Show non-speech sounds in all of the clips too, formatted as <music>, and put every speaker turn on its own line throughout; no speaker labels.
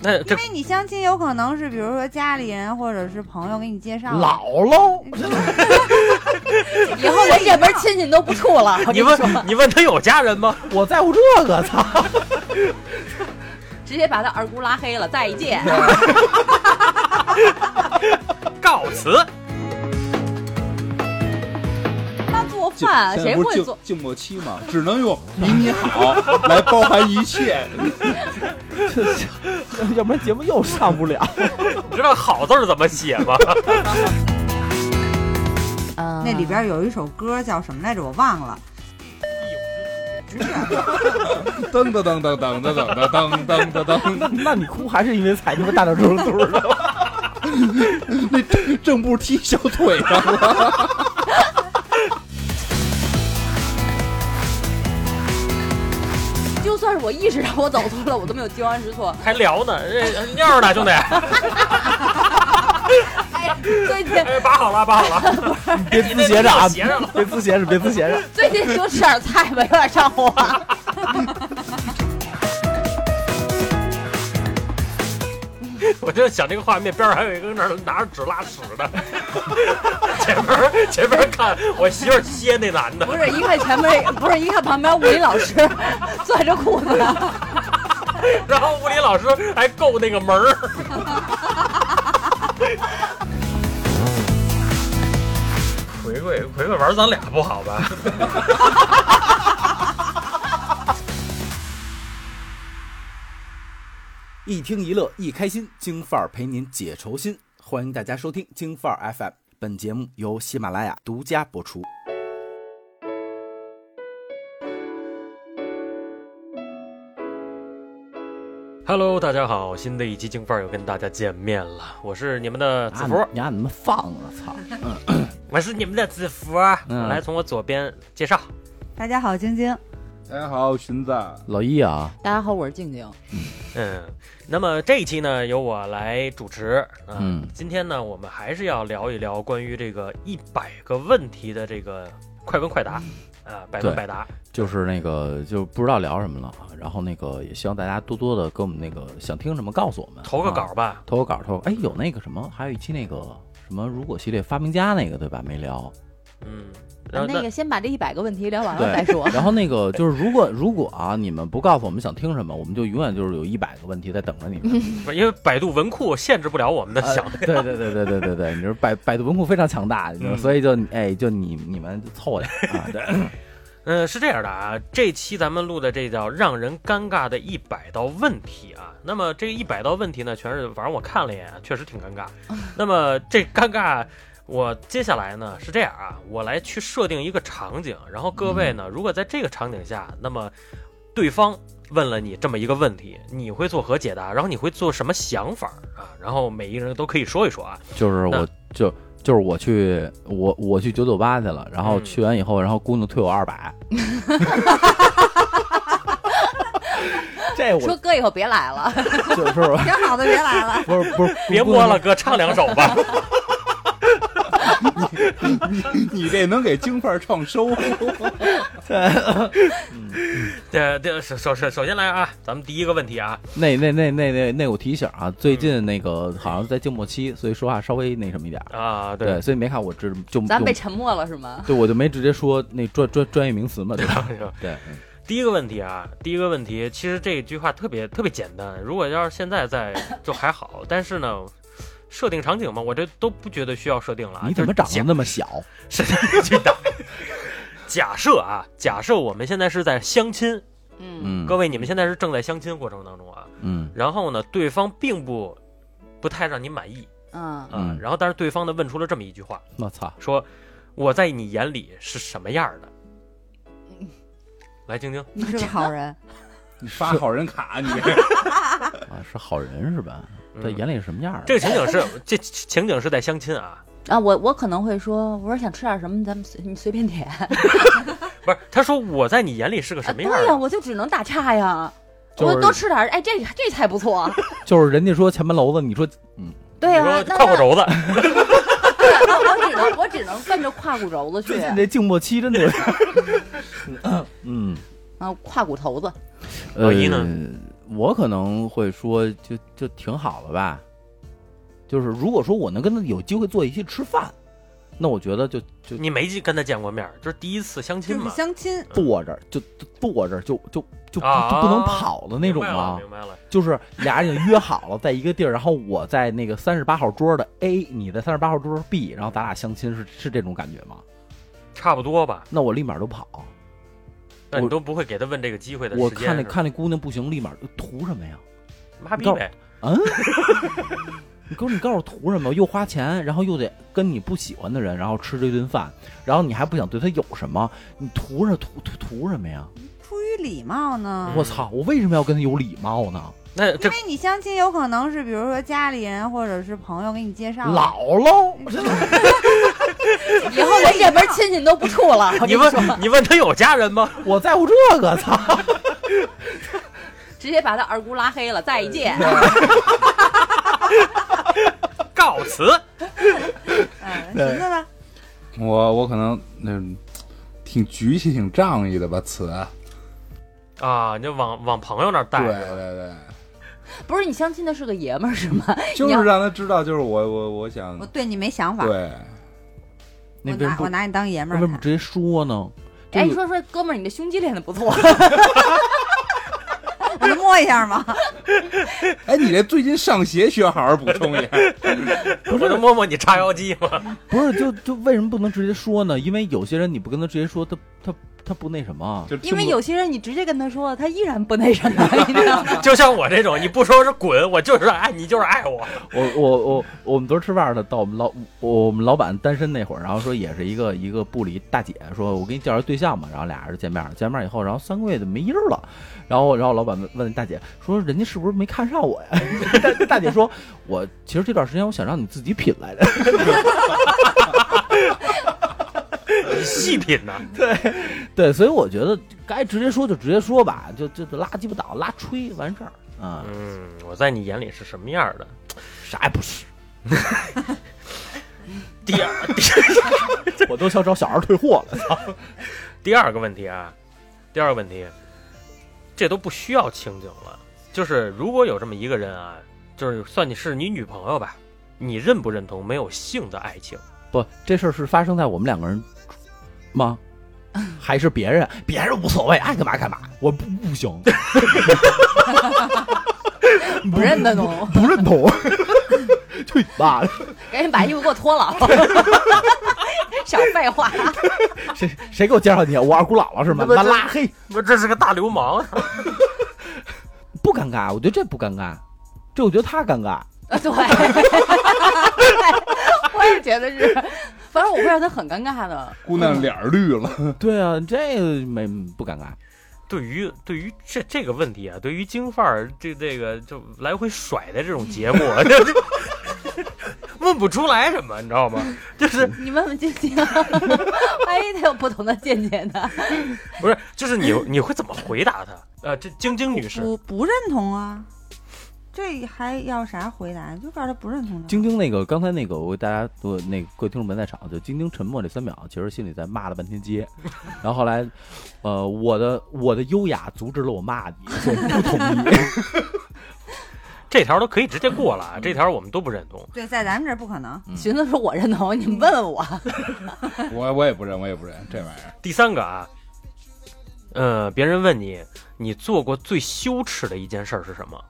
那
因
这
为你相亲有可能是，比如说家里人或者是朋友给你介绍的，
姥姥，
以后连这门亲戚都不处了。我跟
你
说，
问你问他有家人吗？
我在乎这个，操！
直接把他二姑拉黑了，再见。
告辞。
他做
静
饭
现在
谁
不是
会
静
做？
静默期嘛，只能用比你好来包含一切。
<laughs> 要不然节目又上不了。
你知道“好”字儿怎么写吗？ <laughs>
嗯
那里边有一首歌叫什么来着？我忘了。
噔噔噔噔噔噔噔噔噔噔噔
<laughs> 那那你哭还是因为踩你们大点猪肚的？ <laughs>
那正正步踢小腿上了。 <laughs>
就算是我意识到我走错了，我都没有惊慌失措。
还聊呢，这尿呢，兄 <laughs> 弟，
哎，最近
哎，扒好了，扒好了， <laughs>
别
你
自
那
斜着啊
斜着了！
<laughs> 别自斜着，别自 <laughs> 斜着。
最近就吃点菜吧，有点上火。
我就想这个画面，边上还有一个那儿拿着纸拉屎的， <laughs> 前面前面看我媳妇儿歇那男的
不，是一看前面，不是一看旁边物理老师攥着裤子，
然后物理老师还够那个门
<laughs>
儿。葵葵葵葵玩咱俩不好吧？
一听一乐一开心，京范儿陪您解愁心。欢迎大家收听京范儿 FM，本节目由喜马拉雅独家播出。
Hello，大家好，新的一期京范儿又跟大家见面了，我是你们
啊
的子福，
你让你们放了，操！
我是你们的子福，
嗯
来从我左边介绍，
大家好，晶晶，
大家哎好，寻子。
老易啊，
大家好，我是静静。
嗯，那么这一期呢由我来主持，啊
嗯
今天呢我们还是要聊一聊关于这个一百个问题的这个快问快答。啊，百问
对
百答，
就是那个就不知道聊什么了，然后那个也希望大家多多的给我们那个想听什么告诉我们，
投个
啊
稿吧。
投个稿，投个哎有那个什么，还有一期那个什么如果系列发明家那个对吧？没聊。
嗯，然后
啊
咱啊那
那
个先把这一百个问题聊完了
对
再说。
然后那个就是如果如果啊你们不告诉我们想听什么，我们就永远就是有一百个问题在等着你们。
不因为百度文库限制不了我们的
呃
嗯 <laughs> 想
对对对对对对对，你说百百度文库非常强大，你知道
嗯
所以就哎就你你们就
<laughs>
凑点啊，对，
嗯，是这样的啊，这期咱们录的这叫让人尴尬的一百道问题啊。那么这一百道问题呢，全是反正我看了一眼，啊确实挺尴尬。
嗯
那么这尴尬，我接下来呢是这样啊，我来去设定一个场景，然后各位呢，
嗯
如果在这个场景下，那么对方问了你这么一个问题，你会作何解答？然后你会做什么想法啊？然后每一个人都可以说一说啊。
就是
那
我就就是我去我我去九九八去了，然后
嗯
去完以后，然后姑娘退我
<laughs>
二百，这我
说哥以后别来了，
就是说
<laughs>
<laughs>
挺好的，别来了。
不是不是
别
姑娘
播了，哥，唱两首
<laughs>
吧。
你这能给京范儿创收？ <laughs>
这这首首首首先来啊，咱们第一个问题啊，
那那那那那那我提醒啊，最
嗯
近那个好像在静默期，所以说话稍微那什么一点儿。
啊，对
对，所以没看我直就
咱
就
被沉默了是吗？
对我就没直接说那专专专业名词嘛，
<laughs>
对吧？
啊
对，嗯
第一个问题啊，第一个问题，其实这句话特别特别简单。如果要是现在在就还好，但是呢，设定场景嘛，我这都不觉得需要设定了啊。
<laughs> 你怎么
就
长
是
得那么小？
假？是去打假设啊，假设我们现在是在相亲，
嗯，
嗯，
各位你们现在是正在相亲过程当中啊，
嗯
然后呢，对方并不不太让你满意
嗯，
啊，
嗯
然后但是对方呢问出了这么一句话，
我操，
说我在你眼里是什么样的？
嗯
来，晶晶，
你是个好人，
你发好人卡，你这
啊是好人是吧？
嗯
在眼里是什么样儿？啊
这个情景是这情景是在相亲啊，
啊，我我可能会说，我说想吃点什么，咱们随你随便点。
不是，他说我在你眼里是个什么样、
啊对呀、
啊？
我就只能打岔呀。
就是
我多吃点儿，哎，这这菜不
<laughs>
错。
就是人家说前门楼子，你说
对呀、
你
啊
说，
那
靠
那
肘子，
那我只能我只能奔着胯骨轴子去
最近这静默期真
<laughs>
的 <laughs> 有点儿，嗯，
啊，胯骨头子。
呃
老姨呢？
我可能会说就就挺好了吧，就是如果说我能跟他有机会坐一起吃饭，那我觉得就就
你没跟他见过面儿，这是第一次相亲
就是
嘛，
相亲，
坐这儿就就坐这儿就就就不
啊
就不能跑的那种
明白了
吗？
明白了，
<laughs> 就是俩人已经约好了在一个地儿，然后我在那个三十八号桌的 A，你在三十八号桌 B，然后咱俩相亲是是这种感觉吗？
差不多吧？
那我立马就跑，
那你
我
都不会给他问这个机会的时
我
间。
看那
是吧
看那姑娘不行，立马图什么呀？
妈逼
告
呗， <laughs>
嗯，你告诉你告诉我图什么？又花钱，然后又得跟你不喜欢的人，然后吃这顿饭，然后你还不想对他有什么？你图什图图图什么呀？
出于礼貌呢
嗯，
我操！我为什么要跟他有礼貌呢？
那
因
这
为你相亲有可能是比如说家里人或者是朋友给你介绍的，
姥姥，
以后我这门亲戚都不处了。我跟
你
说，
问你问他有家人吗？ <laughs>
我在乎这个，操！
直接把他二姑拉黑了，再见。
告辞。
嗯，
对
寻思吧，
我我可能嗯，挺局气、挺仗义的吧，词。
啊，你就往往朋友那儿带
对
是
对
吧，
对，
不是你相亲的是个爷们儿是吗？
就是让他知道，就是我我我想
我对你没想法，我
对，
那为什么
拿
不
我拿你当爷
那
们
为
儿
什么
看，
直接说呢？这
哎，你
个
说说，哥们儿，你这胸肌练的
<laughs>
不错，
我能摸一下吗？
哎，你这最近上学需要好好补充一下。
我就摸摸你叉腰肌嘛。 <laughs>
不是就就为什么不能直接说呢？因为有些人你不跟他直接说，他他他不那什么。
就听
因
不
为有些人你直接跟他说，他依然不那什么， <laughs> 你知道吗？
就像我这种，你不说是滚，我就是爱你，就是爱我。
我我我我们昨儿吃饭的，到我们老我我们老板单身那会儿，然后说也是一个一个部里大姐，说我给你介绍一对象吧，然后俩人见面了，见面以后，然后三个月就没音儿了，然后然后老板问问大姐说人家是不是没看上我呀？ <laughs> 大大姐说，我其实这段时间我想让你自己品来着，
你细品
<laughs>
呐、
对，所以我觉得该直接说就直接说吧，就就就拉鸡巴倒拉吹完事儿啊、
嗯，我在你眼里是什么样的？
啥也不是，
第二
<laughs> 我都想找小孩退货了。
第二个问题啊，第二个问题，这都不需要情景了。就是如果有这么一个人啊，就是算你是你女朋友吧，你认不认同没有性的爱情？
<laughs> 不，这事儿是发生在我们两个人吗？ <laughs> 还是别人？别人无所谓，爱干嘛干嘛。我不不行， <laughs>
不
<laughs>
认得懂，
不认同。 <laughs> 去你妈的！
赶紧把衣服给我脱了， <laughs> 少废话。
<laughs> 谁谁给我介绍你？我二姑姥姥是吗？
那不
妈
这
拉黑，
我这是个大流氓啊！
不尴尬，我觉得这不尴尬，这我觉得他尴尬。
呃 <laughs> 对，我也觉得是， <laughs> 反正我会让他很尴尬的。
姑娘脸儿绿了，
<laughs> 对啊，这个没不尴尬。
对于对于这这个问题啊，对于京范儿这这个就来回甩的这种结果， <laughs> 这这问不出来什么，你知道吗？就是
你问问晶晶， <laughs> 万一他有不同的见解呢？
不是就是你你会怎么回答他？呃，这晶晶女士，
不不认同啊，这还要啥回答？就告诉他不认同的。
晶晶那个刚才那个，我给大家我那个各位听众们在场，就晶晶沉默这三秒，其实心里在骂了半天 <laughs> 街，然后后来，呃，我的我的优雅阻止了我 <laughs> 骂你，我不同意。
这条都可以直接过了，啊，这条我们都不认同。
对，在咱们这儿不可能。
寻思说我认同，你们问问我。
我我也不认，我也不认这玩意儿。
第三个啊，呃，别人问你你做过最羞耻的一件事儿是什么？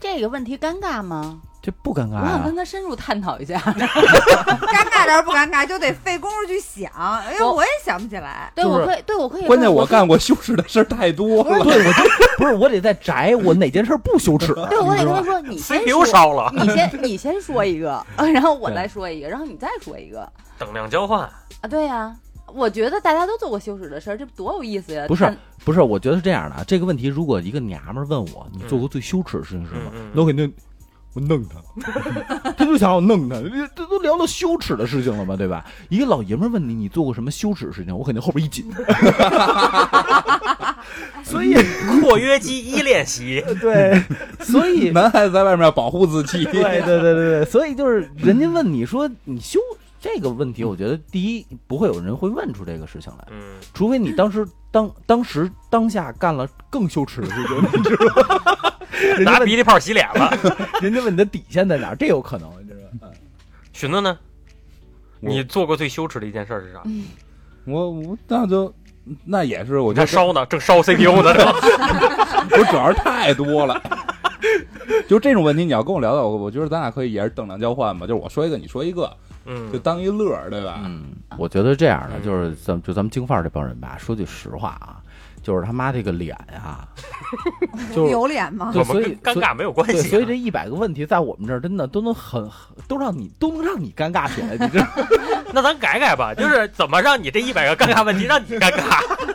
这个问题尴尬吗？
这不尴尬、
我想
啊
跟，他深入探讨一下。
尴尬倒是不尴尬，就得费功夫去想。哎呦，
我
我也想不起来。
对，
就是
我会，对我可以问。
关键我
我
干过羞耻的事儿太多
不是
了。
对我就不是我得在宅，我哪件事儿不羞耻？啊
可以，对我
你
得
知道吗
跟他说，你先
CPU
说，
烧
<laughs>
了，
你先你先说一个，然后我
对
再说一个，然后你再说一个
等量交 <laughs> 换。
啊，对呀、我觉得大家都做过羞耻的事儿，这多有意思呀！
不是
但
不是，我觉得是这样的啊。这个问题，如果一个娘们儿问我，你做过最羞耻的事情是什么？
嗯嗯嗯
那我肯定我弄他，
<laughs>
他就想我弄他，这都聊到羞耻的事情了嘛，对吧？一个老爷们儿问你，你做过什么羞耻的事情？我肯定后边一紧。
<laughs>
所以，
括约肌一练习，
对，
<laughs>
所以，
男孩子在外面要保护自己，
对对对对对，所以就是人家问你说你羞这个问题，我觉得第一不会有人会问出这个事情来，
嗯，
除非你当时当当时当下干了更羞耻的事 <laughs> 情，你知道吗？人家
拿
问
鼻涕泡洗脸了。 <laughs>
人家问你的底线在哪儿，这有可能，你知道吗？
寻子呢？
我
你做过最羞耻的一件事儿是啥？
我我那就那也是，我
我
就
看烧呢， <laughs> 正烧 CPU 呢。
我主要是太多了。 <laughs> 就这种问题，你要跟我聊到，我我觉得咱俩可以也是等量交换吧，就是我说一个，你说一个，
<laughs> 嗯，
就当一乐儿，对吧？
嗯，我觉得这样的
嗯
就是咱就咱们京范儿这帮人吧，说句实话啊，就是他妈这个脸 <laughs> 啊，就是
有脸吗？
对
我们
所以
跟尴尬没有关
对，
系啊。
所以这一百个问题在我们这儿真的都能很很都让你都能让你尴尬起来，你知道吗？
那咱改改
嗯
吧，就是怎么让你这一百个尴尬问题让你尴尬？ <laughs>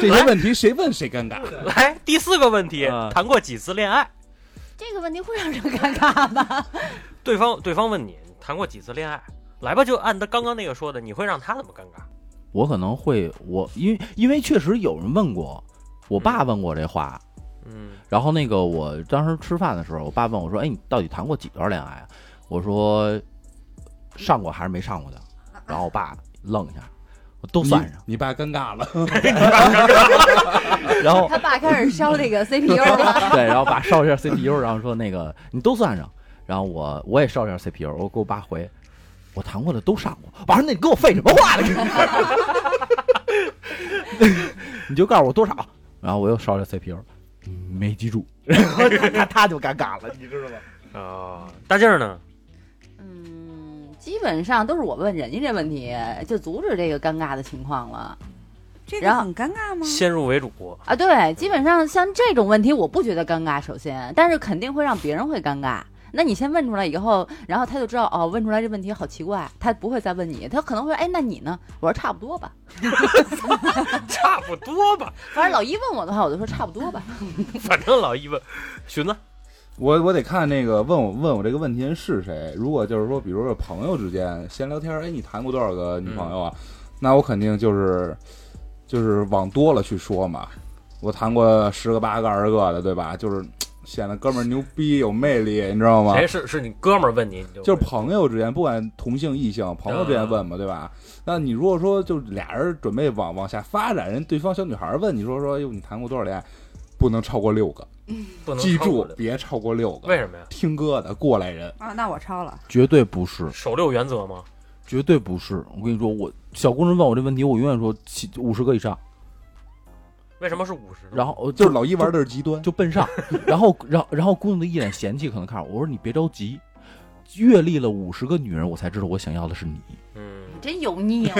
这些问题谁问谁尴尬。
来，第四个问题
啊，
谈过几次恋爱？
这个问题会让人尴尬吗？
对方对方问你谈过几次恋爱？来吧，就按他刚刚那个说的，你会让他怎么尴尬？
<laughs> 我可能会我因为因为确实有人问过，我爸问过这话，
嗯
然后那个我当时吃饭的时候，我爸问我说：“哎，你到底谈过几段恋爱啊？”我说：“上过还是没上过的。”然后我爸愣一下，我都算 <laughs> 上。
你，你爸尴尬了，
然后
他爸开始烧这个
<laughs>
CPU 了，
对，然后爸烧一下 CPU，然后说那个你都算上，然后我我也烧一下 CPU，我给我爸回，我谈过的都上过。我爸说那你跟我废什么话呢？ <laughs> 你就告诉我多少，然后我又烧一下 CPU，嗯没记住，然后他他他就尴尬了，你知道吗？
啊，大劲儿呢？
嗯，基本上都是我问人家这问题，就阻止这个尴尬的情况了
这个
然后
很尴尬吗？
先入为主，
啊。对，基本上像这种问题，我不觉得尴尬，首先，但是肯定会让别人会尴尬。那你先问出来以后，然后他就知道哦，问出来这问题好奇怪，他不会再问你，他可能会说，哎，那你呢？我说差不多吧，
<laughs> 差不多 <laughs> 吧。
反正老一问我的话，我就说差不多吧。
反正老一问，寻子，
我我得看那个问我问我这个问题人是谁。如果就是说，比如说朋友之间闲聊天儿，哎，你谈过多少个女朋友啊？
嗯
那我肯定就是就是往多了去说嘛。我谈过十个、八个、二十个的，对吧？就是显得哥们儿牛逼、有魅力，你知道吗？
谁哎是是你哥们儿问你，你就
就
就是
朋友之间，不管同性异性，朋友之
嗯
间问嘛，对吧？那你如果说就俩人准备往往下发展，人对方小女孩问你说说，哎哟，你谈过多少恋爱？不能超过六个，
不能
记
超过
住嗯
六
别超过六个。
为什么呀？
听歌的过来人，
啊，那我抄
<laughs>
了。
绝对不是，
守六原则吗？
绝对不是。我跟你说，我小姑娘问我这问题，我永远说七五十个以上，
为什么是五十？
然后呃
就是老一玩的是极端，
就奔上，然后然后然后姑娘的一脸嫌弃，可能看着我我说你别着急，阅历了五十个女人，我才知道我想要的是你。
嗯，
真油腻啊！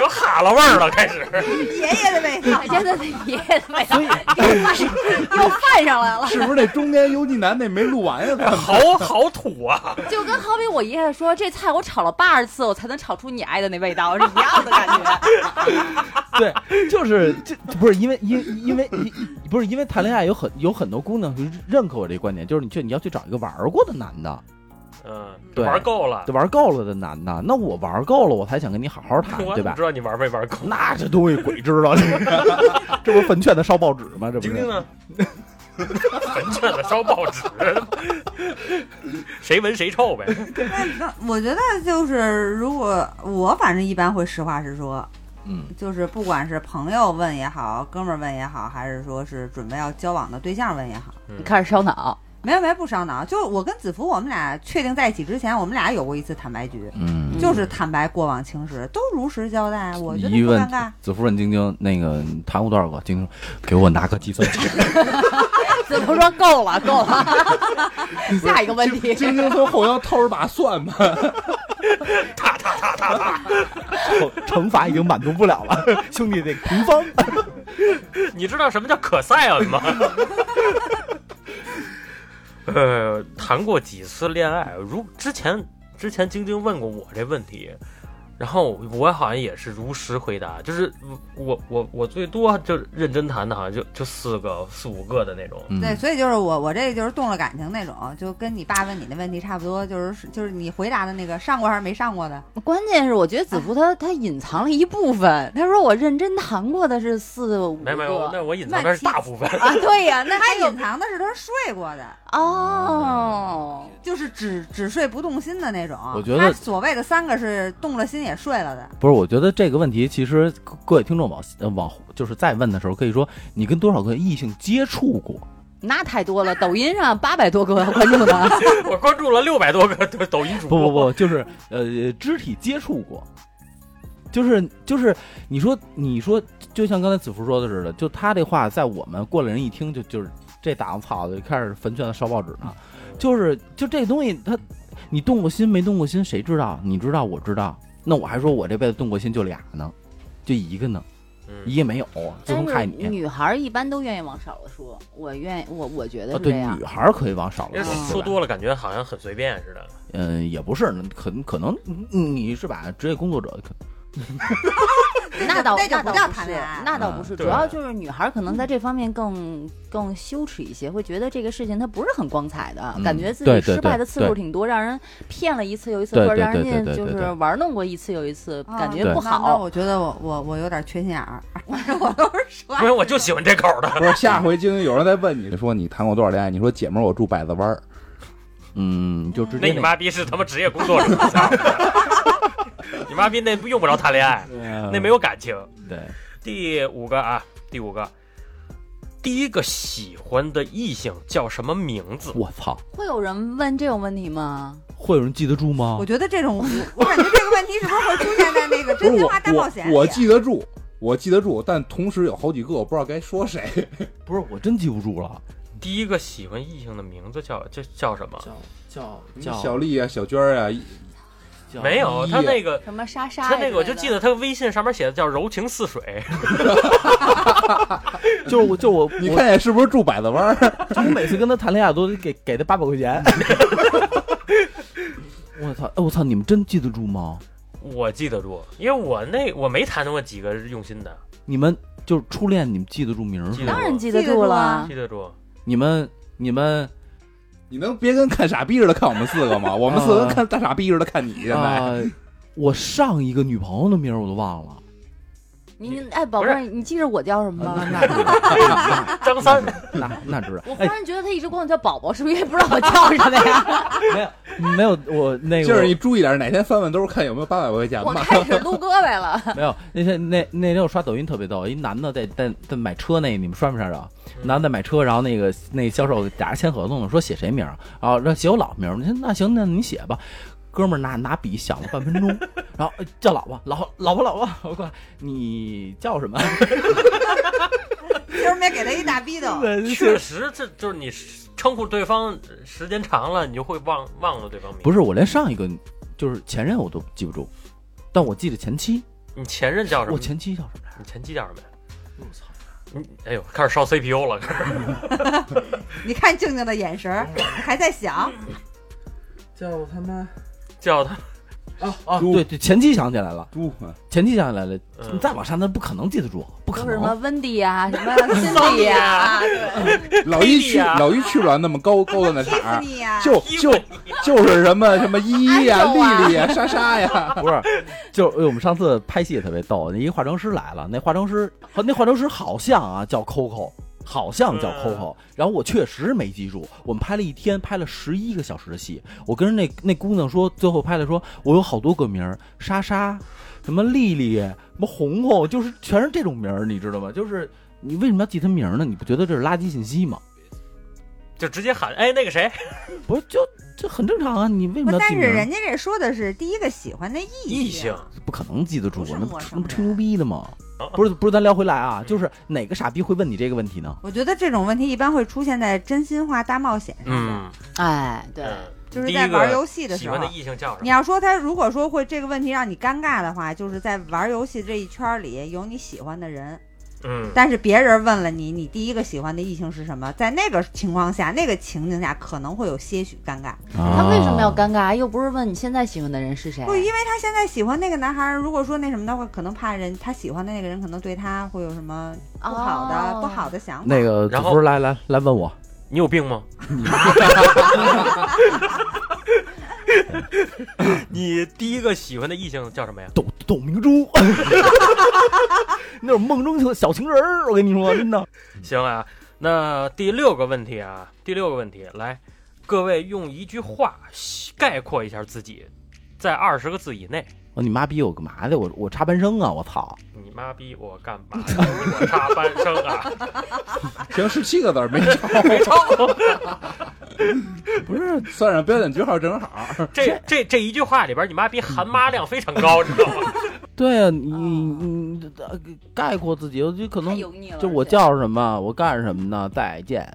有哈喇味儿了，开始。
<laughs> 爷爷的呗，
我真的爷爷的味道，又犯上来了。
是不是那中间尤其男那没录完呀？他
好好土啊！
就跟好比我爷爷说，这菜我炒了八十次，我才能炒出你爱的那味道，是一样的感觉。
对，就是 <laughs> 这不是因为因因为因不是因为谈恋爱有很有很多姑娘就认可我这观点，就是你去你要去找一个玩过的男的，
嗯，
对
玩够了
就，玩够了的男的，那我玩够了，我才想跟你好好谈，
我
对
怎么
吧
知？道你玩没玩够？
那这东西鬼知道，这个这不是坟圈子烧报纸吗？这不
晶
是
晶 <laughs> 呢？坟圈子烧报纸，谁闻谁臭呗。
<laughs> 那我觉得就是，如果我反正一般会实话实说，
嗯，
就是不管是朋友问也好，哥们儿问也好，还是说是准备要交往的对象问也好，
嗯
你开始烧脑，
没有没有不烧脑。就是我跟子福，我们俩确定在一起之前，我们俩有过一次坦白局，
嗯
就是坦白过往情史，都如实交代，我觉
你一
得不
问
尴尬。
子夫问晶晶那个你谈过多少个？晶晶给我拿个计算器。
子不说够了，够了，
<laughs>
下一个问题。
晶晶从后腰掏出把算盘，
<laughs>
惩罚已经满足不了 <laughs> 了，兄弟得平方。
你知道什么叫可赛恩吗？呃，谈过几次恋爱？如之前之前晶晶问过我这问题，然后我好像也是如实回答，就是我我我最多就认真谈的，好像就就四个四五个的那种。
嗯
对，
嗯
所以就是我我这就是动了感情那种，就跟你爸问你的问题差不多，就是就是你回答的那个上过还是没上过的，
关键是我觉得子福他他隐藏了一部分，他说我认真谈过的是四五
没有没有，
个
那我隐藏的是大部分。
啊，对呀、那
他
还有
隐藏的是他睡过的，
哦，
就是只只睡不动心的那种。
我觉
他
得
所谓的三个是动了心也睡了的，
不是，我觉得这个问题其实各各位听众往呃往就是再问的时候，可以说你跟多少个异性接触过？
那太多了，抖音上八百多个关注
<laughs>
呢。
<laughs> 我关注了六百多个抖抖音 <laughs> 主
不
播。
不不，就是呃肢体接触过，就是就是你说你说，就像刚才子福说的似的，就他这话在我们过来人一听就就是这档子操的就开始坟圈子烧报纸呢，就是就这东西他你动过心没动过心谁知道？你知道我知道，那我还说我这辈子动过心就俩呢，就一个呢，
嗯，
一个没有，自从
但
看
是
你。
女孩儿一般都愿意往少了说，我愿意我我觉得
啊，
是这
对，
样
女。孩儿可以往少
因为
了
嗯
说多了感觉好像很随便似的。
嗯，也不是，那可可能嗯你是把职业工作者，
那倒
那就
那
不
倒
叫
不
谈
是
恋爱，
那
嗯
倒不是，
对
主要就是女孩可能在这方面更更羞耻一些，会觉得这个事情它不是很光彩的，
嗯
感觉自
对
己
对
失败的
对
次数
对
挺多，让人骗了一次又一次，
对
或者让
对对
人
对对
家就
对
是
对
玩弄过一次又一次，
啊
哦感觉
对
不
那那
好。
我觉得我我我有点缺心眼
<laughs>
儿， <laughs> 反正我都是说，
因为我就喜欢这口的。
不是，下回经有人再问你说你谈过多少恋爱，你说姐们儿我住百子湾儿，
嗯，就直
那
接
你妈逼是他妈职业工作者，操你妈逼那不用不着谈恋爱，那
那
没有感情。
对，
第五个啊，第五个，第一个喜欢的异性叫什么名字？
我操，
会有人问这种问题吗？
会有人记得住吗
我？觉得这种，我感觉这个问题是不是会出现在那个真
不是
心
我
话大冒险
我
里？啊
我记得住，我记得住，但同时有好几个我不知道该说谁。
不是，我真记不住了，
第一个喜欢异性的名字叫这叫什么？
叫
小丽啊，小娟儿啊，
叫
没有，他那个
什么莎莎呀
他
之类的？
那个我就记得他微信上面写的叫柔情似水，
就是我就我
你
我
看见是不是住百子湾儿？
就我每次跟他谈恋爱都得给给他八百块钱。 <laughs> 我操！哎，我操！你们真记得住吗？
我记得住，因为我那我没谈过几个用心的，
你们就是初恋，你们记得住名儿是
记得
吗
当？然记
记得
住
住
了
啊
记。得住。
你们你们
你能别跟看傻逼似的看我们四个吗？我们四个跟看大傻逼似的看你现在。
啊、我上一个女朋友的名儿我都忘 <laughs> 了。
你哎，宝贝儿，你记着我叫什么
啊
吗？
<laughs> 啊
张三，
那那知道
我，
<laughs>
忽
哎，
然觉得他一直管我叫宝宝，是不是因为不知
<laughs>
道我叫什么呀？
没有，我那个
就是你注意点，哪天翻翻兜儿看有没有八百块钱
我
吧。
开始撸胳
<laughs>
膊了。
没有那天那那天我刷抖音特别逗，一男的在在在买车那，你们刷没刷着？男的在买车，然后那个那销售俩人签合同了，说写谁名儿，然后让写我老名儿，我说那行，那你写吧。哥们儿拿拿笔想了半分钟，然后哎叫老婆，老老婆老婆，我过来，你叫什么？
其实没给他一大逼斗，
确实这就是你称呼对方时间长了，你就会忘忘了对方名。
不
是
是我连上一个就是前任我都记不住，但我记得前妻，
你前任叫什
我
么？
前妻叫什么来着？
你前妻叫什么呀？
我操！
你哎呦，开始烧 CPU 了，开始
你看静静的眼神儿，还在想，
叫他妈
叫他。
啊
啊，对对，前妻想起来了，
猪啊，
前妻想起来了，
嗯
你再往上那不可能记得住，不可
都
哦
是什么
能。
温迪呀，什么
<laughs>
Cindy 呀、啊，对，
老一
黑
去
弟啊
老一去不了那么高高端的场儿，
你呀，
就
欺负
就就是什么什么依依呀、
安总啊
丽丽呀、莎莎呀，
<laughs> 不是，就是哎我们上次拍戏特别逗，那一化妆师来了，那化妆师和那化妆师好像啊叫 Coco，好像叫
嗯
Coco，、然后我确实没记住，我们拍了一天，拍了十一个小时的戏，我跟那那姑娘说，最后拍的说，我有好多个名儿，莎莎，什么丽丽，什么红红，就是全是这种名儿，你知道吗？就是你为什么要记她名儿呢？你不觉得这是垃圾信息吗？
就直接喊哎那个谁，
不是，就这很正常啊，你为什
不
么要
但
记
是
名儿呢？
人家这说的是第一个喜欢的
异
异
性，
不可能记得住
不是
我，那
陌
不
生
那不
人
吹牛逼的吗
啊？
不是不是，咱聊回来啊，就是哪个傻逼会问你这个问题呢？
我觉得这种问题一般会出现在真心话大冒险上，
嗯，
<laughs> 哎，对，
嗯
就是
第
在
一个
玩游戏的
喜
时
欢
候
的。异性叫什
你
么？
要说他如果说会这个问题让你尴尬的话，就是在玩游戏这一圈儿里有你喜欢的人，
嗯，
但是别人问了你，你第一个喜欢的异性是什么，在那个情况下、那个情境下，可能会有些许尴尬。
啊
他为什么要尴尬？又不是问你现在喜欢的人是谁
不，因为他现在喜欢那个男孩儿，如果说那什么的话，可能怕人他喜欢的那个人可能对他会有什么不好的、
哦
不好的想法。
啊那个
然后
不是来来来问我，
你有病
<laughs>
吗？ <laughs> 你第一个喜欢的异性叫什么呀？
董董明珠， <laughs> 那种梦中情小情人儿，我跟你说，真的。
行啊，那第六个问题啊，第六个问题，来，各位用一句话概括一下自己，在二十个字以内。
我哦你妈逼我干嘛的？我我插班生啊！我操！
你妈逼我干嘛？我插班生
<laughs>
啊！
行，十七个字儿没抄，
不是，
算上标点句号正好。
这这这一句话里边，你妈逼含妈量非常高，知道吗？ <laughs>
对啊，你你呃概括自己，我就可
太
能
油腻了。
就我
而且
叫什么，我干什么呢？再见。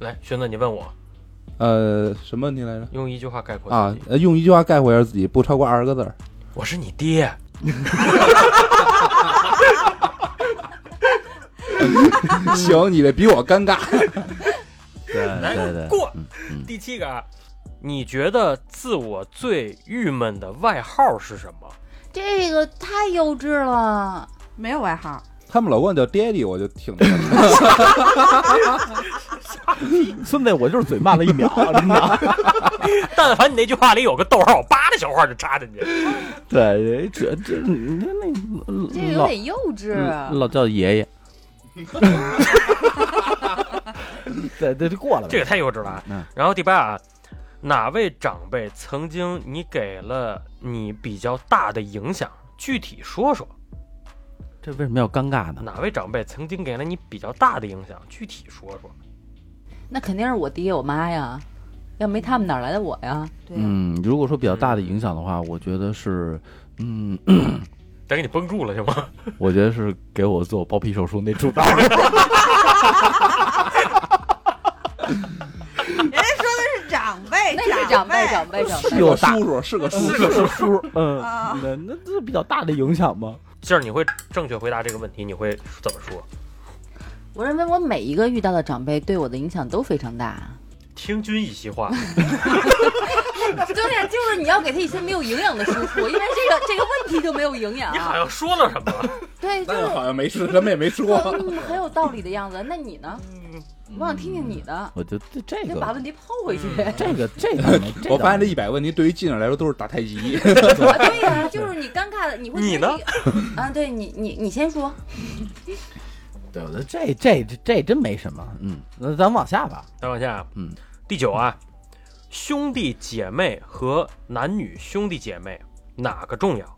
来，寻子，你问我
呃，什么问题来着？
用一句话概括
啊
自己，
呃用一句话概括一下自己，不超过二十个字儿。
我是你爹。
行，你这比我尴尬。
对对对，
过
嗯嗯
第七个啊，你觉得自我最郁闷的外号是什么？
这个太幼稚了。
没有外号，
他们老管我叫爹地，我就挺着。
孙子，我就是嘴慢了一秒，真的。
但凡你那句话里有个逗号，我叭的小话就插进去。
<laughs> 对，这这那那
这个有
老
点幼稚。
嗯老叫爷爷。 <laughs> 对对，就过了呗。
这个太幼稚了啊。
嗯
然后第八啊，哪位长辈曾经你给了你比较大的影响？具体说说，
这为什么要尴尬呢？
哪位长辈曾经给了你比较大的影响？具体说说。
那肯定是我爹我妈呀，要没他们哪儿来的我呀？
对，
嗯，如果说比较大的影响的话，我觉得是，嗯， <coughs>
咱给你绷住了行吗？
我觉得是给我做包皮手术那主刀。
人家说的是长辈，
那是长辈，哎长辈，长辈。
是个叔叔，是个叔
是 <laughs>
叔。
个叔，嗯
啊， <laughs>
那那这比较大的影响吗？
就是你会正确回答这个问题，你会怎么说？
我认为我每一个遇到的长辈对我的影响都非常大。
听君一席话，
<laughs> 对呀，就是你要给他一些没有营养的输出，因为这个这个问题就没有营养
你。好像说了 <laughs> 什么？
对，就
但
是
是好像没事，什么也没说。
很很有道理的样子。那你呢？我想听听你的，
我觉得这
先把
个，
问题抛回去。
这个，这个呢，
我发现这
这
一百问题对于进者来说都是打太极。
<laughs> 啊对呀，就是你尴尬的，你会
你呢？
啊，对你你你先说。
倒霉，对，这这这这真没什么。嗯，那咱往下吧。
再往下，
嗯，
第九啊，兄弟姐妹和男女兄弟姐妹哪个重要？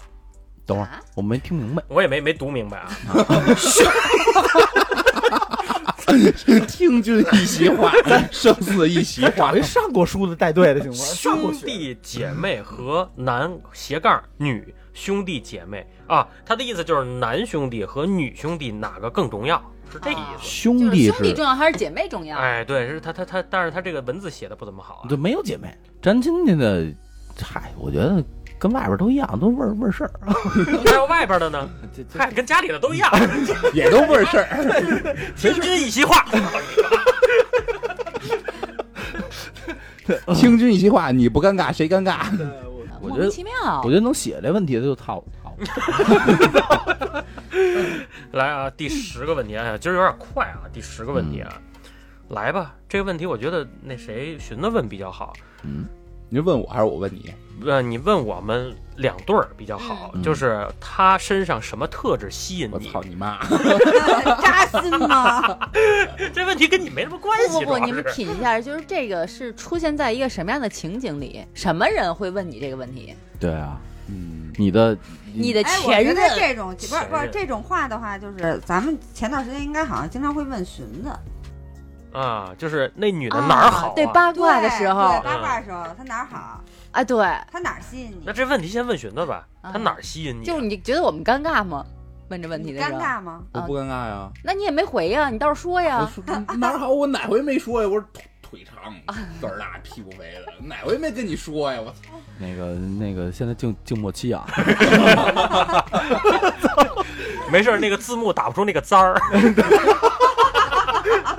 等会儿
啊
我没听明白，
我也没没读明白啊。
听君一席话，胜似一席话
找。一上过书的带队的行吗？上过
兄
学
弟姐妹和男斜杠女兄弟姐妹啊，他的意思就是男兄弟和女兄弟哪个更重要，是这意思。
兄
就是
弟
兄弟
是
重要还是姐妹重要？
哎，对，是他他他，但是他这个文字写的不怎么好啊。
就没有姐妹，咱亲戚的，嗨，我觉得跟外边都一样，都味儿味儿事儿。
还有外边的呢，嗨，跟家里的都一样，
也都味儿事儿。 <laughs>
听君一席话。
听君一席话，你不尴尬谁尴尬？
我
莫
觉
名
得
其妙。
我觉得能写这问题的就套套。
来啊，第十个问题，哎呀，今儿有点快啊，第十个问题啊，来吧，这个问题我觉得那谁寻子问比较好，
<laughs> 你是问我还是我问你？
呃，你问我们两对儿比较好，
嗯
就是他身上什么特质吸引
我
你？
操你妈！
扎心
<laughs>
吗？
这问题跟你没什么关
不
系，
不
主要是
不，你们品一下，就是这个是出现在一个什么样的情景里？什么人会问你这个问题？
<laughs> 对啊，
嗯，
你的
你的
哎，我觉
前
得
任
这种不是
前
不是
任
这种话的话，就是咱们前段时间应该好像经常会问寻子，
啊，就是那女的
啊
哪儿好、啊
对八卦的时
对
候
对八
嗯
卦的时候，他哪儿好，
啊，对，
他哪儿吸引你
那，这问题先问寻子吧，
啊
他哪儿吸引你？
就是你觉得我们尴尬吗？问这问题
你
的时
尴
候，
尬
<laughs>
吗？
我不尴尬呀。
那你也没回呀，你倒是说呀
我。
<laughs>
说哪儿好？我哪回没说呀？我说腿腿长，字儿大，屁股肥的，哪回没跟你说呀？我操！
<laughs> 那个那个，现在静静默期啊，
没事儿，那个字幕打不出那个簪儿。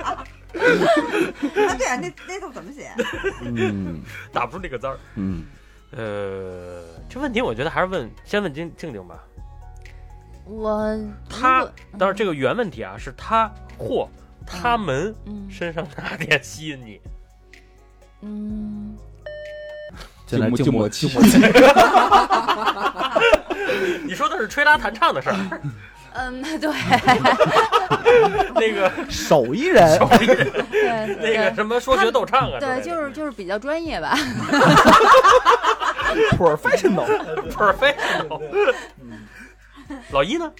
啊，对啊，那那都怎么写？
嗯
打不出那个字儿。
嗯，
呃，这问题我觉得还是问先问静静静吧。
我
他
如果
但是这个原问题啊，是他或他们
嗯嗯
身上哪点吸引你？ <laughs>
嗯，
现在
静默
静默静
静默
默期，
期
你说的是吹拉弹唱的事儿， <laughs>
嗯， <laughs> 对
那个
<laughs> 手艺人
手艺人
对
<laughs> 那个
对
什么说学逗唱啊之类的，
对，就是就是比较专业吧。
professional，
perfect。老
嗯
一呢？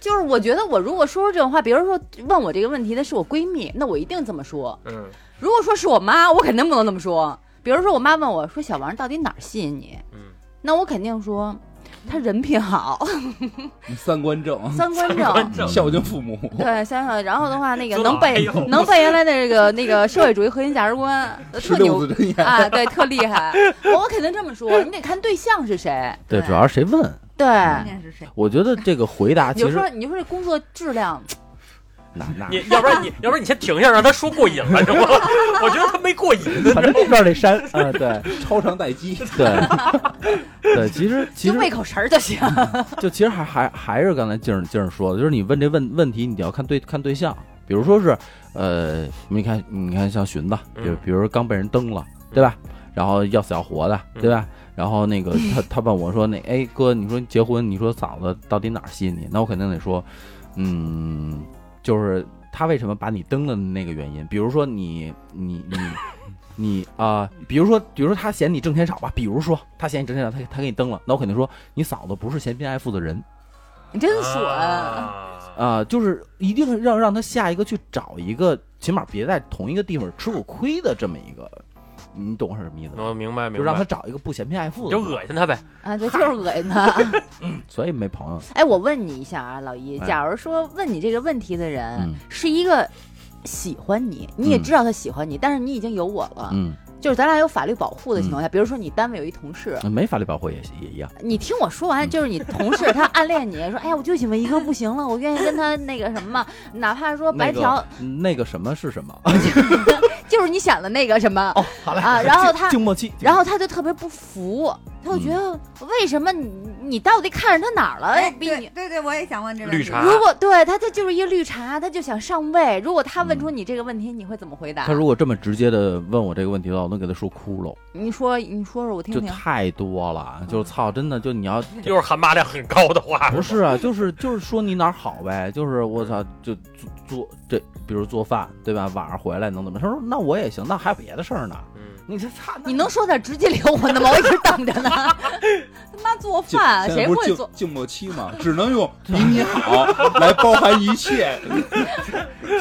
就是我觉得我如果说出这种话，比如说问我这个问题的是我闺蜜，那我一定这么说。
嗯
如果说是我妈，我肯定不能这么说。比如说我妈问我说：“小王到底哪儿吸引你
嗯，？”
那我肯定说。她人品好， <laughs>
三观正，
三观
观
正，
正
孝敬父母，
对，三观。然后的话，那个
尊
能
老爱
背
幼
能背原来的这个那个社会主义核心价值观，
<laughs> 十
特
六
牛
字真言。
啊，对，特厉害。我肯定这么说，你得看对象是谁。
对，主要是嗯谁问？
对，
关键是谁？
我觉得这个回答
你
其
就
实
说你就说这工作质量，
哪哪，
你要不然你要不然你先停一下，让他说过瘾了，你知道吗？ <laughs> 我觉得他没过瘾，
反正这段得 <laughs> 删啊，对
超长待机，
对 <laughs> 对，其实其
就
实
喂口食儿就行。
<laughs> 就其实还还还是刚才静儿静儿说的，就是你问这问问题，你得要看对看对象，比如说是呃，你看你看像寻子，比如
嗯
比如说刚被人蹬了，对吧？然后要死要活的，对吧？然后那个他他问我说那哎哥，你说结婚，你说嫂子到底哪儿吸引你？那我肯定得说，嗯，就是他为什么把你蹬了的那个原因，比如说你你你。你啊、比如说，比如说他嫌你挣钱少吧，比如说他嫌你挣钱少，他他给你蹬了，那我肯定说你嫂子不是嫌贫爱富的人
你真损，
啊
啊、就是一定让让他下一个去找一个，起码别在同一个地方吃过亏的这么一个，你懂我是什么意思吗？
我明哦白明白，
就让他找一个不嫌贫爱富
你
的，
就恶心他呗。
<laughs>
啊，对，就是恶心他。
所以没朋友。
哎，我问你一下啊，老一，
哎
假如说问你这个问题的人、
嗯
是一个喜欢你，你也
嗯
知道他喜欢你，但是你已经有我了，
嗯，
就是咱俩有法律保护的情况下，比如说你单位有一同事。
没法律保护也也一样。
你听我说
嗯
完，就是你同事他暗恋你，说哎呀，我就喜欢一个不行了，我愿意跟他那个什么，哪怕说白嫖，
那个、那个什么是什么？
就是你想的那个什么，
哦，好嘞 <laughs>
啊然后他
静嗯默期，
然后他就特别不服，他就觉得、为什么你你到底看上他哪儿了？
哎，
比你
对对对，我也想问这个
绿茶
如果对他，他就是一个绿茶，他就想上位。如果他问出你这个问题，你会怎么回答
他？嗯如果这么直接的问我这个问题的话，我能给他说哭喽，
你说，你说说我听
就
听。
太多了。就是操，真的，就你要
又是含骂量很高的话，
不是啊，就是就是说你哪儿好呗，就是我操，就做做这，比如做饭对吧？晚上回来能怎么？他说那我也行，那还有别的事儿呢。
嗯，
你这操，那
你能说点直接灵魂的吗？我一直等着呢。他妈做
静
饭，
<laughs> 现在
谁
不是
会
静
做？
静默期嘛，只能用比你 <laughs> 好来包含一切。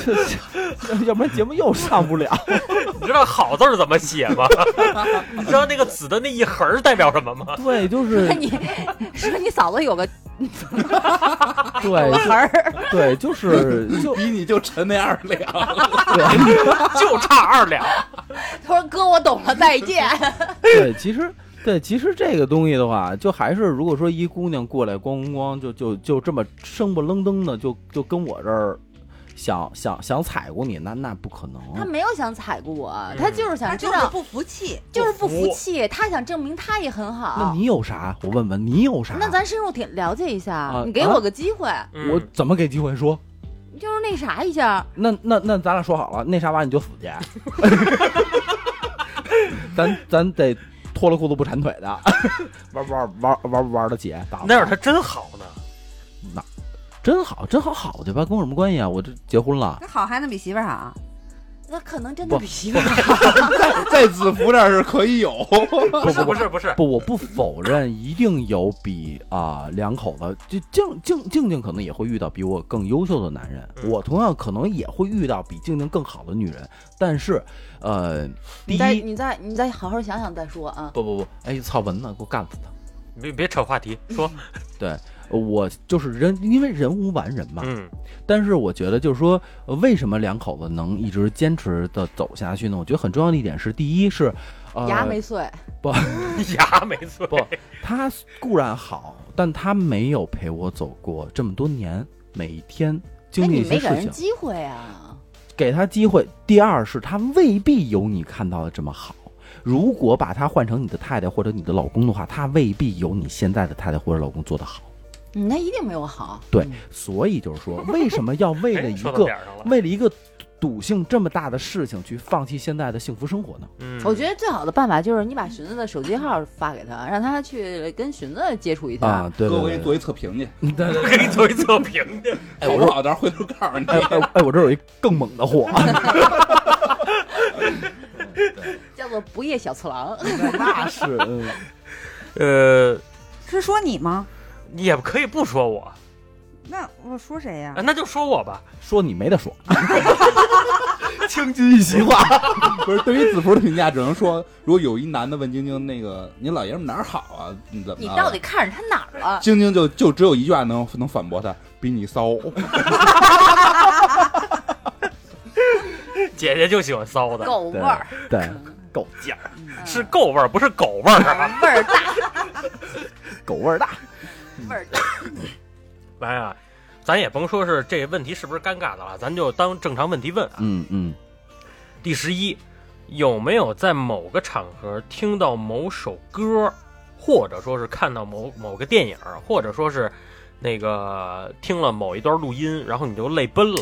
这， <laughs> 要要不然节目又上不了。
<laughs>
你知道“好”字儿怎么写吗？ <laughs> 你知道那个子的那一横儿代表什么吗？
对，
<laughs>
就是
那你说你嫂子有个
对
词儿，
对，就是
<laughs>
就
比你就沉那二 <laughs> 两，
就差二两。
他说哥，我懂了，再见。
对，其实对，其实这个东西的话，就还是如果说一姑娘过来咣咣咣，就就就这么生不愣登的，就就跟我这儿想想想踩过你，那那不可能。
他没有想踩过我，他就是
他
想知
就是
道，
不服气，
就是不服气，他想证明他也很
那
好。
你有啥？我问问你有啥？
那咱深入挺了解一下
啊，
你给我个机会，
嗯
我怎么给机会说？
就是那啥一下。
那那那咱俩说好了，那啥完你就死 <laughs> 去。咱咱得脱了裤子不缠腿 <laughs> 的，玩玩玩玩玩的姐，打
嗯那样他真好呢。
真好，真好好的吧，跟我有什么关系啊？我这结婚 <laughs> 了，
那好还能比媳妇儿好？啊
那可能真的
不
比媳妇儿
在子服这儿是可以有。
不是不是不是，
不，我不否认，一定有比啊、两口子，就静静静静可能也会遇到比我更优秀的男人，
嗯
我同样可能也会遇到比静静更好的女人，但是，呃，第
你再
一，
你再你再好好想想再说啊。
不不不，哎，操蚊子，给我干死他！
你别别扯话题，说
对，呃我就是人，因为人无完人嘛。
嗯
但是我觉得就是说，呃为什么两口子能一直坚持的走下去呢？我觉得很重要的一点是，第一是，呃，
牙没碎，
牙没错，
不他固然好，但他没有陪我走过这么多年，每一天
哎，
经历
你
一些
没给
事
人
情，
机会啊！
给他机会。第二是他未必有你看到的这么好。如果把他换成你的太太或者你的老公的话，他未必有你现在的太太或者老公做得好。
你嗯那一定没我好。
对
嗯，
所以就是说，为什么要为
哎
了一
说到
个
点儿上了，
为了一个赌性这么大的事情去放弃现在的幸福生活呢？
嗯，
我觉得最好的办法就是你把荀子的手机号发给他，让他去跟荀子接触一下。
啊，对
哥，
对
我
对
给你做一测评去，
对对对。
给你做一测评去，
哎
好
我
不
说
好？到时候回头告诉你。
哎哎哎，我这有一更猛的货，
叫做不夜小次郎。
<laughs> 那是，嗯
呃，
是说你吗？
也可以不说我，
那我说谁呀、
啊啊那就说我吧，
说你没得 <laughs> 说，
听君一席话，不是对于子服的评价，只能说，如果有一男的问晶晶那个，你老爷们哪儿好啊？你怎么
你
了
到底看着他哪
<laughs>
儿了？
晶晶就就只有一句话能能反驳他，比你 <laughs> 骚。
姐姐就喜欢骚的，
狗味儿，
对，
狗
贱
儿，
嗯
是够味儿，不是狗味儿啊！
味儿大，
狗味儿大，嗯
味儿大。
来啊，咱也甭说是这问题是不是尴尬的了，咱就当正常问题问啊。
嗯嗯，
第十一，有没有在某个场合听到某首歌，或者说是看到某某个电影，或者说是那个听了某一段录音，然后你就泪奔了，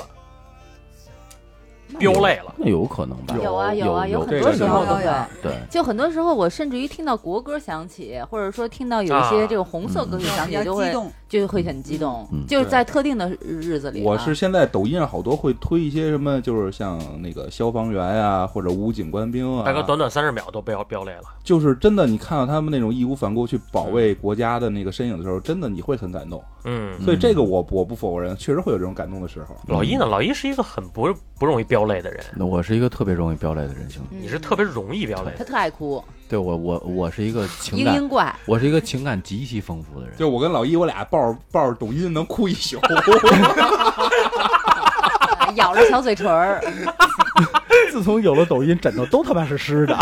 飙泪了？
那有可能吧？
有啊有
有
啊，
有
很
这
多
个
时
有
候
有
都
有
会。
对，
就很多时候，我甚至于听到国歌响起，或者说听到有一些
啊
这种红色歌曲响
比
起，
较
就
激
会
动，
就会很激动
嗯。
就是在特定的日子里啊，
我是现在抖音上好多会推一些什么，就是像那个消防员啊，或者武警官兵啊，
大哥，短短三十秒都飙飙泪了。嗯
就是真的，你看到他们那种义无反顾去保卫国家的那个身影的时候，真的你会很感动。
嗯，
所以这个我我不否认，确实会有这种感动的时候。
老一呢？老一是一个很不不容易飙泪的人，
嗯那我是一个特别容易飙泪的人，兄弟，
嗯
你是特别容易飙泪
他
的。
特爱哭，
对我我我是一个情
嘤
感，
嘤怪。 <laughs>
我是一个情感极其丰富的人，
就我跟老一，我俩抱着抱着抖音能哭一宿。
啊咬着小嘴唇儿，
自从有了抖音，枕头都他妈是湿的。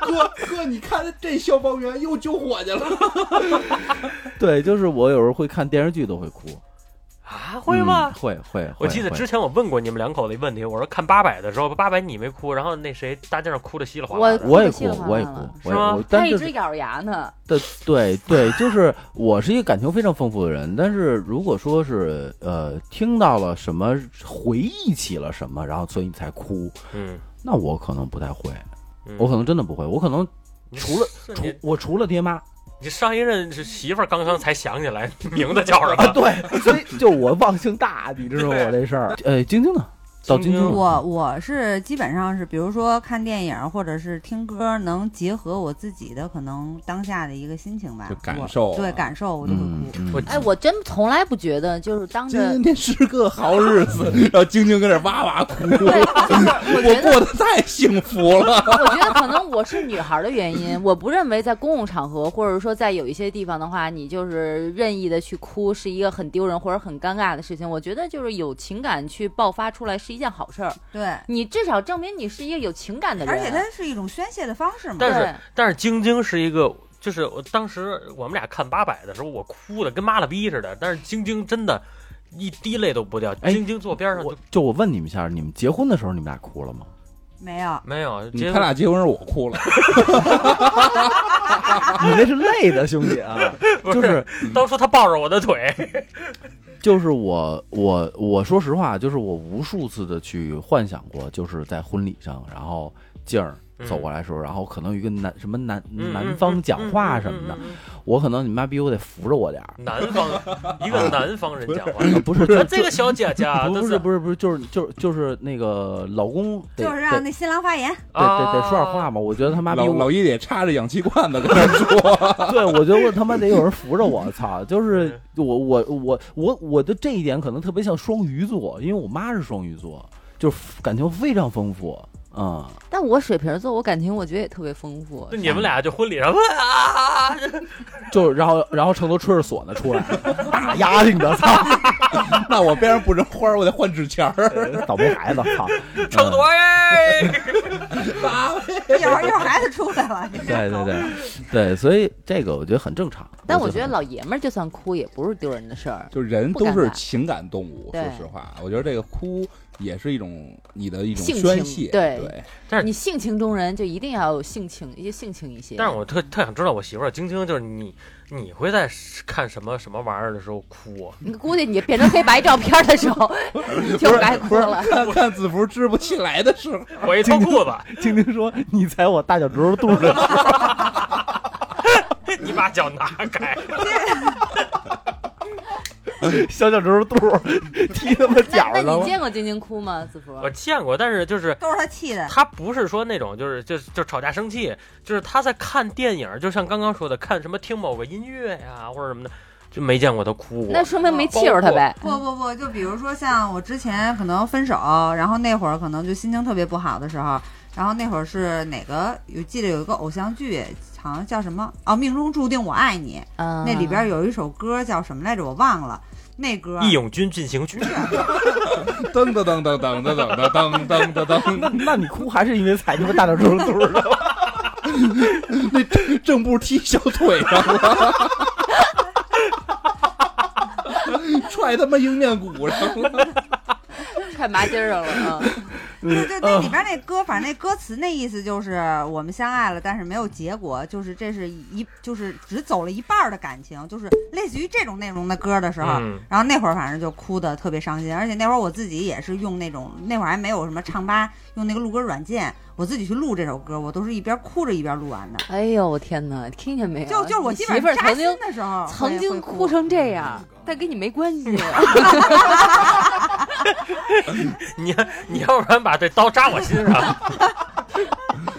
哥哥，你看这消防员又救火去了。
<laughs> 对，就是我有时候会看电视剧都会哭，
啊，会吗
嗯？会会，
我记得
会
之前我问过你们两口子一问题，我说看八百的时候，八百你没哭，然后那谁大街上哭的稀里哗啦的。
我也
哭
哭
得稀里哗，啦
我也
了
是
哭，我也
吗
哭，
他
但
一
就
直
是
咬着牙呢。
对对对，就是我是一个感情非常丰富的人，但是如果说是呃听到了什么，回忆起了什么，然后所以你才哭，
嗯，
那我可能不太会，
嗯
我可能真的不会，我可能除了
是
除
你
我除了爹妈
你上一任是媳妇儿，刚刚才想起来名字叫什
啊，
么？
对， <laughs> 所以就我忘性大，你知道我这事儿。呃，晶晶呢？到晶晶
晶晶
我
了，
我是基本上是，比如说看电影或者是听歌，能结合我自己的可能当下的一个心情吧，
就感
我
受啊
对感受，我就会
嗯
哭。，
嗯
我
哎，我真从来不觉得，就是当着
今天是个好日子， <laughs> 然后晶晶跟这哇哇哭，
对，
我
就是我
<laughs>
觉得，
过得太幸福了。
我觉得可能我是女孩儿的原因，我不认为在公共场合，或者说在有一些地方的话，你就是任意的去哭，是一个很丢人或者很尴尬的事情。我觉得就是有情感去爆发出来是一件好事儿，
对，
你至少证明你是一个有情感的人。
而且它是一种宣泄的方式嘛
但。是
对
但是晶晶是一个，就是我当时我们俩看八百的时候，我哭的跟妈了逼似的，但是晶晶真的，一滴泪都不掉。
哎
晶晶坐边上
我
就
就我问你们一下，你们结婚的时候你们俩哭了吗？
没有，
没有，
你
结
他俩结婚时候我哭了，
你那是累的兄弟啊，
不
就是
当初他抱着我的腿，
就是我我我说实话，就是我无数次的去幻想过，就是在婚礼上，然后静儿走过来的时候，然后可能有一个男什么男
嗯
男方讲话什么的，，
嗯嗯嗯嗯嗯
我可能你妈逼我得扶着我点儿，呃
嗯南方一个南方人讲话，
不
<laughs>
是
那
就
这个小姐姐啊
就
都
不是
是
不是不是就是就是就是那个老公得
就是
得
让那新郎发言，
得得得
啊
说点话嘛，我觉得他妈逼
老
我
老一得插着氧气罐子跟那说。 <laughs>
对，我觉得我他妈得有人扶着我，操！就是我我我我我的这一点可能特别像双鱼座，因为我妈是双鱼座，就是感情非常丰富。嗯，
但我水瓶座，我感情我觉得也特别丰富。
那你们俩就婚礼上问啊，
就是然后然后成都吹着唢呐出来， <laughs> 大丫挺的，操，
那我边上不扔花儿，我得换纸钱儿。
倒霉孩子，操，
成多哎，
一会儿一会儿孩子出来了，你
对对对对，所以这个我觉得很正常。
但我觉得老爷们儿就算哭也不是丢人的事儿。
就人
不
都
敢
是
吧
情感动物，
对
说实话，我觉得这个哭也是一种你的一种
性
宣
情
泄，
对
对，
但是
你性情中人就一定要有性情，一些性情一些。
<laughs> 但是我特特想知道我媳妇儿晶晶，就是你，你会在看什么什么玩意儿的时候哭、啊？
你估计你变成黑白照片的时候，你就该哭了。
看看字符支不起来的时候，
<laughs> 我一脱裤子， <laughs>
<laughs> 晶晶说：“你踩我大脚趾头肚子。
你把脚拿开，
小脚趾头肚儿 <laughs> 踢他妈脚
那
上
那你
了。
见过晶晶哭吗？子福，
我见过，但是就是
都是他气的。
他不是说那种就是就就吵架生气，就是他在看电影，就像刚刚说的，看什么听某个音乐呀、或者什么的，就没见过他哭过
那。说明没气着他呗。
不不不，就比如说像我之前可能分手，然后那会儿可能就心情特别不好的时候，然后那会儿是哪个有记得有一个偶像剧，好像叫什么哦，《命中注定我爱你》，
嗯，
那里边有一首歌叫什么来着，我忘了。那歌
义勇军进行曲， <laughs>
噔噔噔噔噔噔噔噔噔噔噔
<laughs> 那 <laughs> 那你哭还是因为踩他妈大脚趾头肚子？
<laughs> 噔，正步踢小腿上了，踹他妈迎面骨上了，
踹麻筋儿上了。嗯
对对，那里边那歌，反正那歌词那意思就是我们相爱了，但是没有结果，就是这是一就是只走了一半儿的感情，就是类似于这种内容的歌的时候，
嗯
然后那会儿反正就哭的特别伤心，而且那会儿我自己也是用那种那会儿还没有什么唱吧，用那个录歌软件，我自己去录这首歌，我都是一边哭着一边录完的。
哎呦，我天哪，听见没有？
就就是我
啊你
基
媳
本
妇儿
上扎
曾
心
经
的时候，
曾
会
经
会
哭
哭
成这样，但跟你没关
<laughs>
系。
你你要不然把这刀扎我心上， <laughs>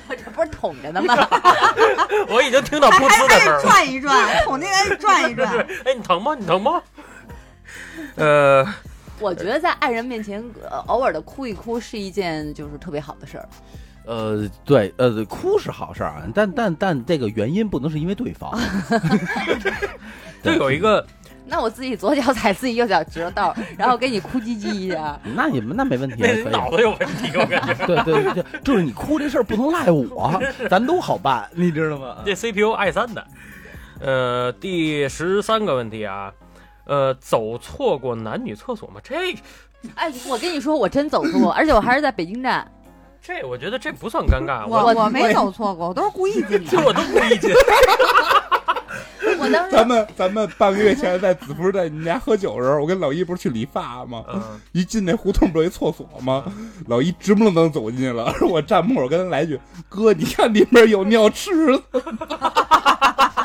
我 <laughs> 这不是捅着呢吗？ <laughs>
我已经听到
还
噗
还
呲的
还
声儿了。
得转一转，我那个还得转一转。
对， <laughs> 哎，你疼吗？你疼吗？呃，
我觉得在爱人面前，呃偶尔的哭一哭是一件就是特别好的事儿。
呃，对，呃，哭是好事儿啊，但但但这个原因不能是因为
<laughs>
对方。
就有一个，
那我自己左脚踩自己右脚趾头道儿，然后给你哭唧唧一下。
那你们那没问题，啊
那
可
你
以。
脑子有问题，我感觉 <laughs>
对对对，就是你哭这事儿不能赖我，咱都好办，你知
<laughs>
道吗？
这 CPU i 三的。呃，第十三个问题啊，呃，走错过男女厕所吗？这
哎，我跟你说，我真走错，而且我还是在北京站。
这，我觉得这不算尴尬，啊我
我
我
没走错过，我都是故意进
这
的。啊
我都不理解。
我当时
咱们咱们半个月前在子不是在你们家喝酒的时候，我跟老一不是去理发吗？
嗯，
一进那胡同不是有一厕所吗？老一直不愣登走进去了，我站门口跟他来一句：“哥，你看里面有尿池子。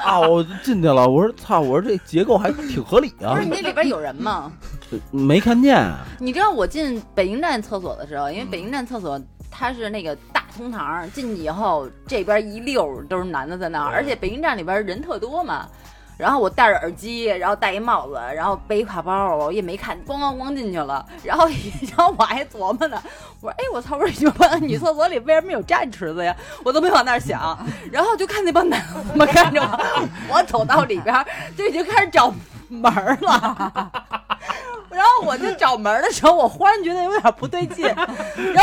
啊，我进去了，我说操，我说这结构还挺合理
不
啊
是，你那里边有人吗？
没看见啊。
<laughs>
你知道我进北京站厕所的时候，因为北京站厕所它是那个大通堂儿，进去以后这边一溜儿都是男的在那儿，
嗯
而且北京站里边人特多嘛。然后我戴着耳机，然后戴一帽子，然后背一挎包，我也没看，咣咣咣进去了。然后，然后我还琢磨呢，我说：“哎，我操，不是你们女厕所里为什么有站池子呀？”我都没往那儿想。然后就看那帮男的们看着我，我走到里边儿就已经开始找门儿了。然后我就找门儿的时候，我忽然觉得有点不对 <laughs> 劲，然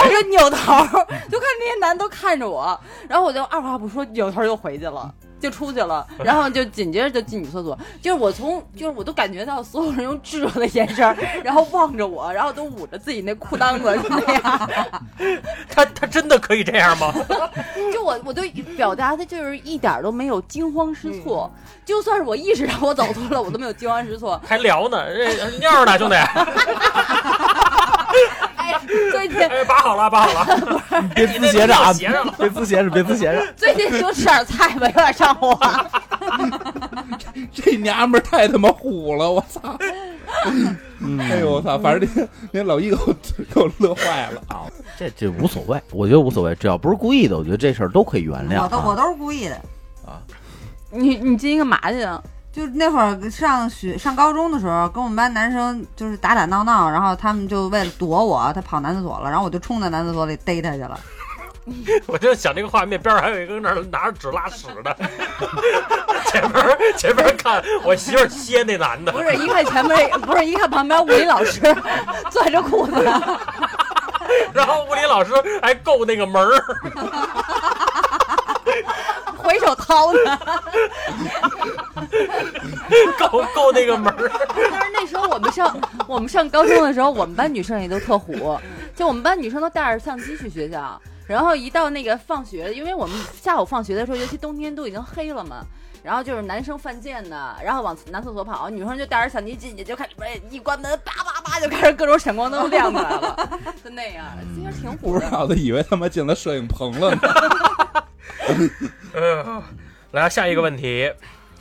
后我就扭头儿，就看那些男的都看着我，然后我就二话不说扭头儿就回去 <laughs> 了。就出去了，然后就紧接着就进女厕所，就是我从就是我都感觉到所有人用炙热的眼神 <laughs> 儿，然后望着我，然后都捂着自己那裤裆子就那样，
<laughs> 他他真的可以这样吗？
<laughs> 就我我对表达的就是一点儿都没有惊慌失措，就算是我意识到我走错了，我都没有惊慌失措，
还聊呢？这尿呢，兄弟？
哎， <laughs> 最近
哎，拔好了，拔好了。 <laughs>
别
你
呲
那
鞋着啊
别呲鞋着了！
别呲鞋着，别呲鞋着！
最近就吃点菜吧，有点上火。”
这娘们儿太他妈虎了，我操！哎呦我操！反正那那老一给我给我乐坏了。
啊，这这无所谓，我觉得无所谓，只要不是故意的，我觉得这事儿都可以原谅、
我都我
啊。
都是故意的。
你你进一个嘛去啊？
就那会儿上学上高中的时候，跟我们班男生就是打打闹闹，然后他们就为了躲我，他跑男厕所了，然后我就冲到男厕所里逮他去了。
我就想这个画面边上还有一个那儿拿着纸拉屎的， <laughs> 前面儿前面儿看我媳妇儿歇那男
不
的，
是一看前面，不是一看旁边物理老师攥着裤子，
然后物理老师还够那个门儿，
回手掏呢。
够够那个门儿，
<laughs> 但是那时候我们上我们上高中的时候，我们班女生也都特虎，就我们班女生都带着相机去学校，然后一到那个放学，因为我们下午放学的时候，尤其冬天都已经黑了嘛。然后就是男生犯贱的，然后往男厕所跑，女生就带着相机进去，就看里边一关门，叭叭叭就开始各种闪光灯亮起来了，就那样，其实挺
不
虎
知
的。
道的，以为他妈进了摄影棚了呢。
嗯，来下一个问题，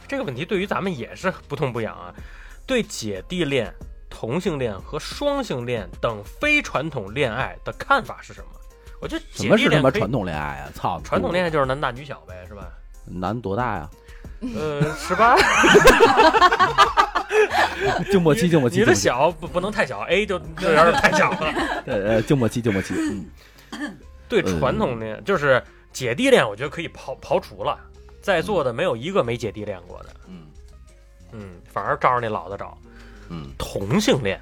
这个问题对于咱们也是不痛不痒啊。对姐弟恋、同性恋和双性恋等非传统恋爱的看法是什么？我觉得
什
姐
么
弟
是他
恋
妈
可以
传统恋爱啊？操，
传统恋爱就是男大女小呗，是吧？
男多大呀？
呃，十八，
<laughs> 静默期，静默期，
女的
静默期
小不不能太小，A 就就有点太小了。
呃呃，静默期，静默期，嗯，
对传统恋就是姐弟恋，我觉得可以刨刨除了，在座的没有一个没姐弟恋过的。
嗯
嗯，反而照着那老的找。
嗯，
同性恋，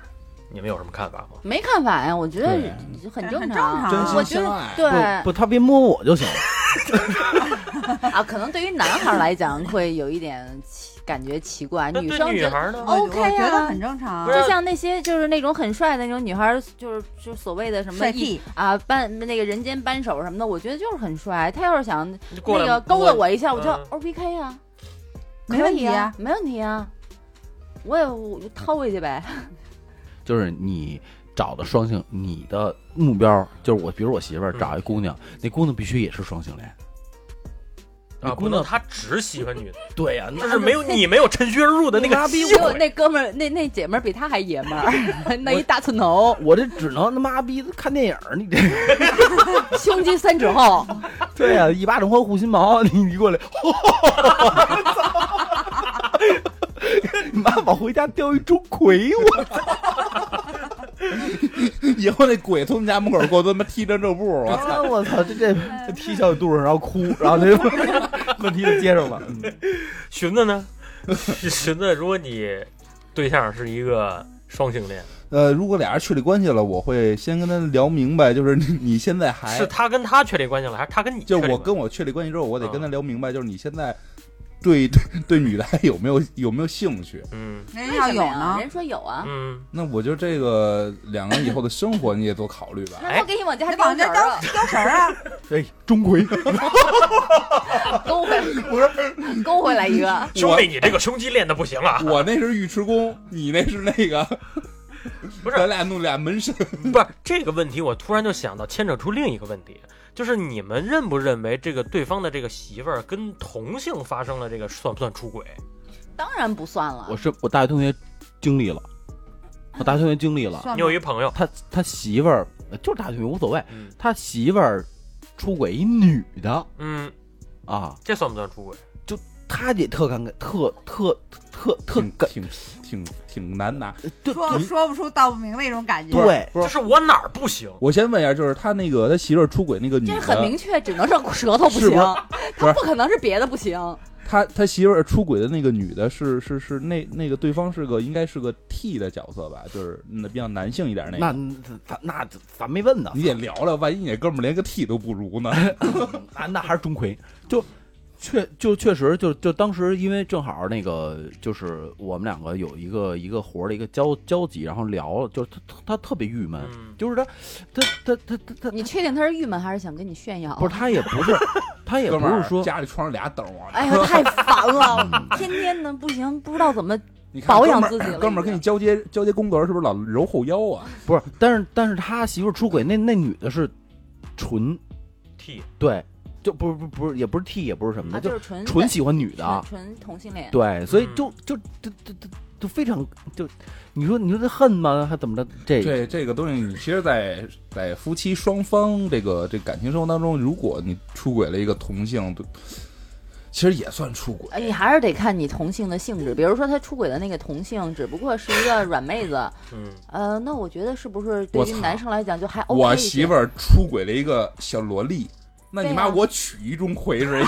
你们有什么看法吗？
没看法呀，我觉得很
很
正
正
常，
常
啊
真啊心
我觉
相
得
爱
对
不，他别摸我就行了。
啊，可能对于男孩儿来讲会有一点奇感觉奇怪，
那
女生
对女
觉得
孩呢？
我
OK 啊
哦我觉得很正常
不。是
就像那些就是那种很帅的那种女孩儿，就是就所谓的什么
帅
一
屁
啊扳那个人间扳手什么的，我觉得就是很帅。他要是想
你就过来
那个勾搭我一下，
嗯
我就 O P K 啊，
没
可
问
以
题啊
啊，没问题啊，我也我就掏回去呗。 <laughs>
就是你找的双性，你的目标就是我，比如我媳妇
嗯
儿找一姑娘，那姑娘必须也是双性恋。那
啊，
姑
不能
娘，
他只喜欢女的，
对呀，那
就是没有你没有趁虚而入的那个机
结果
会。
那哥们儿那那姐们儿比他还爷们儿， <laughs> 那一大寸头，
我这只能他妈逼看电影
<laughs>
儿，你这
胸肌三指 <laughs> 厚，
对呀、一巴掌欢护心毛，你你过来，你妈往回家叼一钟馗，我
<laughs> 以后那鬼从你家门口过，他妈踢着这步，我
操！啊我操！哎这这这踢小肚上，然后哭，然后这 <laughs> 问题就接上了。嗯
寻子呢？ <laughs> 寻子，如果你对象是一个双性恋，
<laughs> 呃，如果俩人确立关系了，我会先跟他聊明白，就是你你现在还
是他跟他确立关系了，还是他跟你确
哎就
立
是
关系？
我跟我确立关系之后，我得
嗯
跟他聊明白，就是你现在对 <laughs> 对女的还有没有有没有兴趣？
嗯
人
为
要
什
有
么呀
呢，
人说有啊，
嗯，
那我就这个两个人以后的生活，你也多考虑 <laughs> 吧。
那我给你往家
你往
这
这叼叼绳儿啊，
哎，钟馗，
勾回
<laughs>
来，不是勾回来一个。
兄弟，你这个胸肌练的不行啊！
<laughs> 我那是尉迟恭，你那是那个，
不是
咱俩弄俩门神。
不是这个问题，我突然就想到牵扯出另一个问题，就是你们认不认为这个对方的这个媳妇儿跟同性发生了这个算不算出轨？
当然不算了。
<laughs> 我是我大学同学经历了，我大学同学经历 <laughs> 了，
啊算
你有
吗
一朋友，
他他媳妇儿呃就是大学同学无所谓，
嗯
他媳妇儿出轨一女的
嗯，
啊，
这算不算出轨？
他也特尴尬，特特特特
挺
尴，
挺挺挺难拿。
对
说说不出道不明的一种感觉。
对，
不
就是是我哪儿不行？
我先问一下，就是他那个他媳妇儿出轨那个女
这
的，
很明确，只能是舌头不
是
行，
不是
<laughs> 他
不是
不可能是别的不行。
他他媳妇儿出轨的那个女的是是是那那个对方是个应该是个 T 的角色吧，就是嗯比较男性一点
那
个。
咱那咱没问呢，
你得聊聊，万一你这哥们儿连个 T 都不如
哎
呢？
那那还是钟馗，就确就确实就就当时因为正好那个就是我们两个有一个一个活儿的一个交交集，然后聊了，就是他他他特别郁闷，
嗯，
就是他他他他他他
你确定他是郁闷还是想跟你炫耀？
不是，他也不 <laughs> 是他也
<laughs> 哥
不
们儿
是说。
家里窗上俩灯啊，
哎呀，太烦了，天天的不行，不知道怎么
你看
保养
哥们
自己
儿
了
哥们儿跟你交接交接工作时是不是老揉后腰啊？
不是，但是但是他媳妇儿出轨，那那女的是纯
T
对，就不是不是不是也不是 T 也不是什么
啊，
的，就
就
是
纯
纯喜欢女的啊
纯，纯同性恋。
对，所以
嗯
就就就就就就非常就，你说你说他恨吗？还怎么着？这
这这个东西，你其实在，在夫妻双方这个这感情生活当中，如果你出轨了一个同性，对其实也算出轨。
呃你还是得看你同性的性质，比如说他出轨的那个同性，只不过是一个软妹子，
嗯，
呃，那我觉得是不是对
我
于
操
男生来讲就还 OK
我
一些
媳妇儿出轨了一个小萝莉，那
对啊
你
呀
妈我娶一钟馗
<laughs>
是一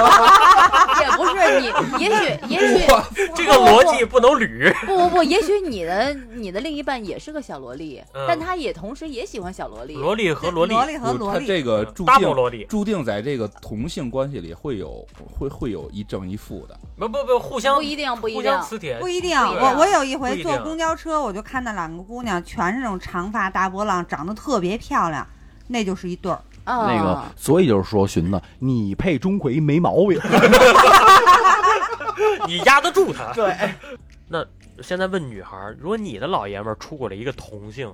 也
<laughs>
不是你，也许也许
这个逻辑不能捋。
不不不，也许你的你的另一半也是个小萝莉，
嗯
但他也同时也喜欢小萝莉。
<laughs> 萝莉和萝莉，呃
莉和
不
萝
他
莉，
这个注
嗯，double
定
萝莉，
注定在这个同性关系里会有会会有一正一负的。
不不不，互相
不一定，不一
互
定
相，磁铁
呃
不，一定。
不一
啊
定
我我有一
不一
回
定
坐公交车，我就看那两个姑娘全是那种长发大波浪，长得特别漂亮，那就是一对儿。
啊，
那个，所以就是说，寻子，你配钟馗没毛病。
你压得住他。 <laughs> 对。那现在问女孩儿，如果你的老爷们儿出轨了一个同性，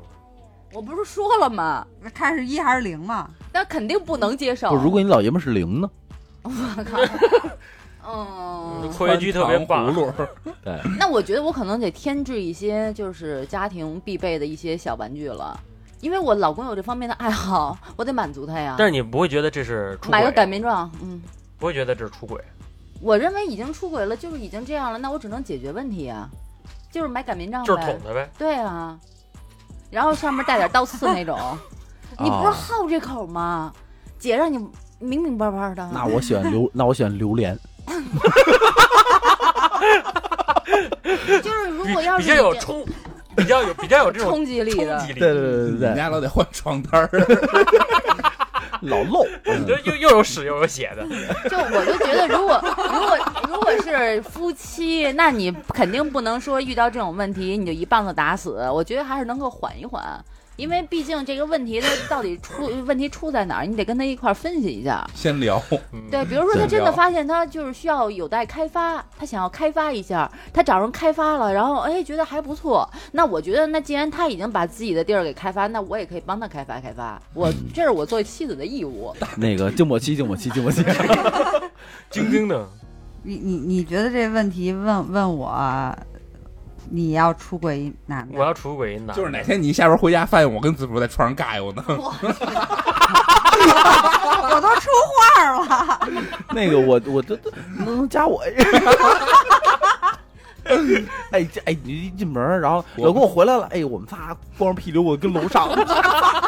我不是说了吗？
看是一还是零嘛？
那肯定不能接受。
不是如果你老爷们儿是零呢？
<laughs>
嗯，
括约肌特别
糖
棒
葫，
<laughs>
芦，
那我觉得我可能得添置一些就是家庭必备的一些小玩具了，因为我老公有这方面的爱好，我得满足他呀。
但是你不会觉得这是出
啊买个擀
轨，
面杖，嗯，
不会觉得这是出轨。
我认为已经出轨了，就是已经这样了，那我只能解决问题呀，就是哦买擀面杖呗。
就是捅他呗，
对啊，然后上面带点倒刺那种，
<laughs>
你
啊
不是好这口吗？姐让你明明白白的。
那我喜欢榴，那我喜欢榴莲。
就是如
比
果要
比
是
较
你
有
这
冲， <laughs> 比较有比较有这种
冲击力
冲
的
击，力。
<laughs> 对
你们，家老得换床单儿。
老 <laughs> 嗯漏。
<laughs> 就又又有屎又有血
<laughs>
的，
就我就觉得，如果如果如果是夫妻，那你肯定不能说遇到这种问题你就一棒子打死。我觉得还是能够缓一缓，因为毕竟这个问题它到底出问题出在哪儿，你得跟他一块儿分析一下。
先聊，
嗯
对，比如说他
对
真的发现他就是需要有待开发，他想要开发一下，他找人开发了，然后哎觉得还不错，那我觉得那既然他已经把自己的地儿给开发，那我也可以帮他开发开发，我这是我作为妻子的义务。
那个静默期，静默期，静默期。
晶晶的，
你你你觉得这问题问问我，你要出轨一男
我
的？
要出轨一男的，
就是哪天你下班回家发现我跟子福在床上尬悠呢，
<laughs> 我都出画了，
<laughs> 那个我我这能加我呀？ <laughs> 哎，这哎，你一进门，然后
我
老公我回来了，哎，我们仨光着屁股，我跟楼上，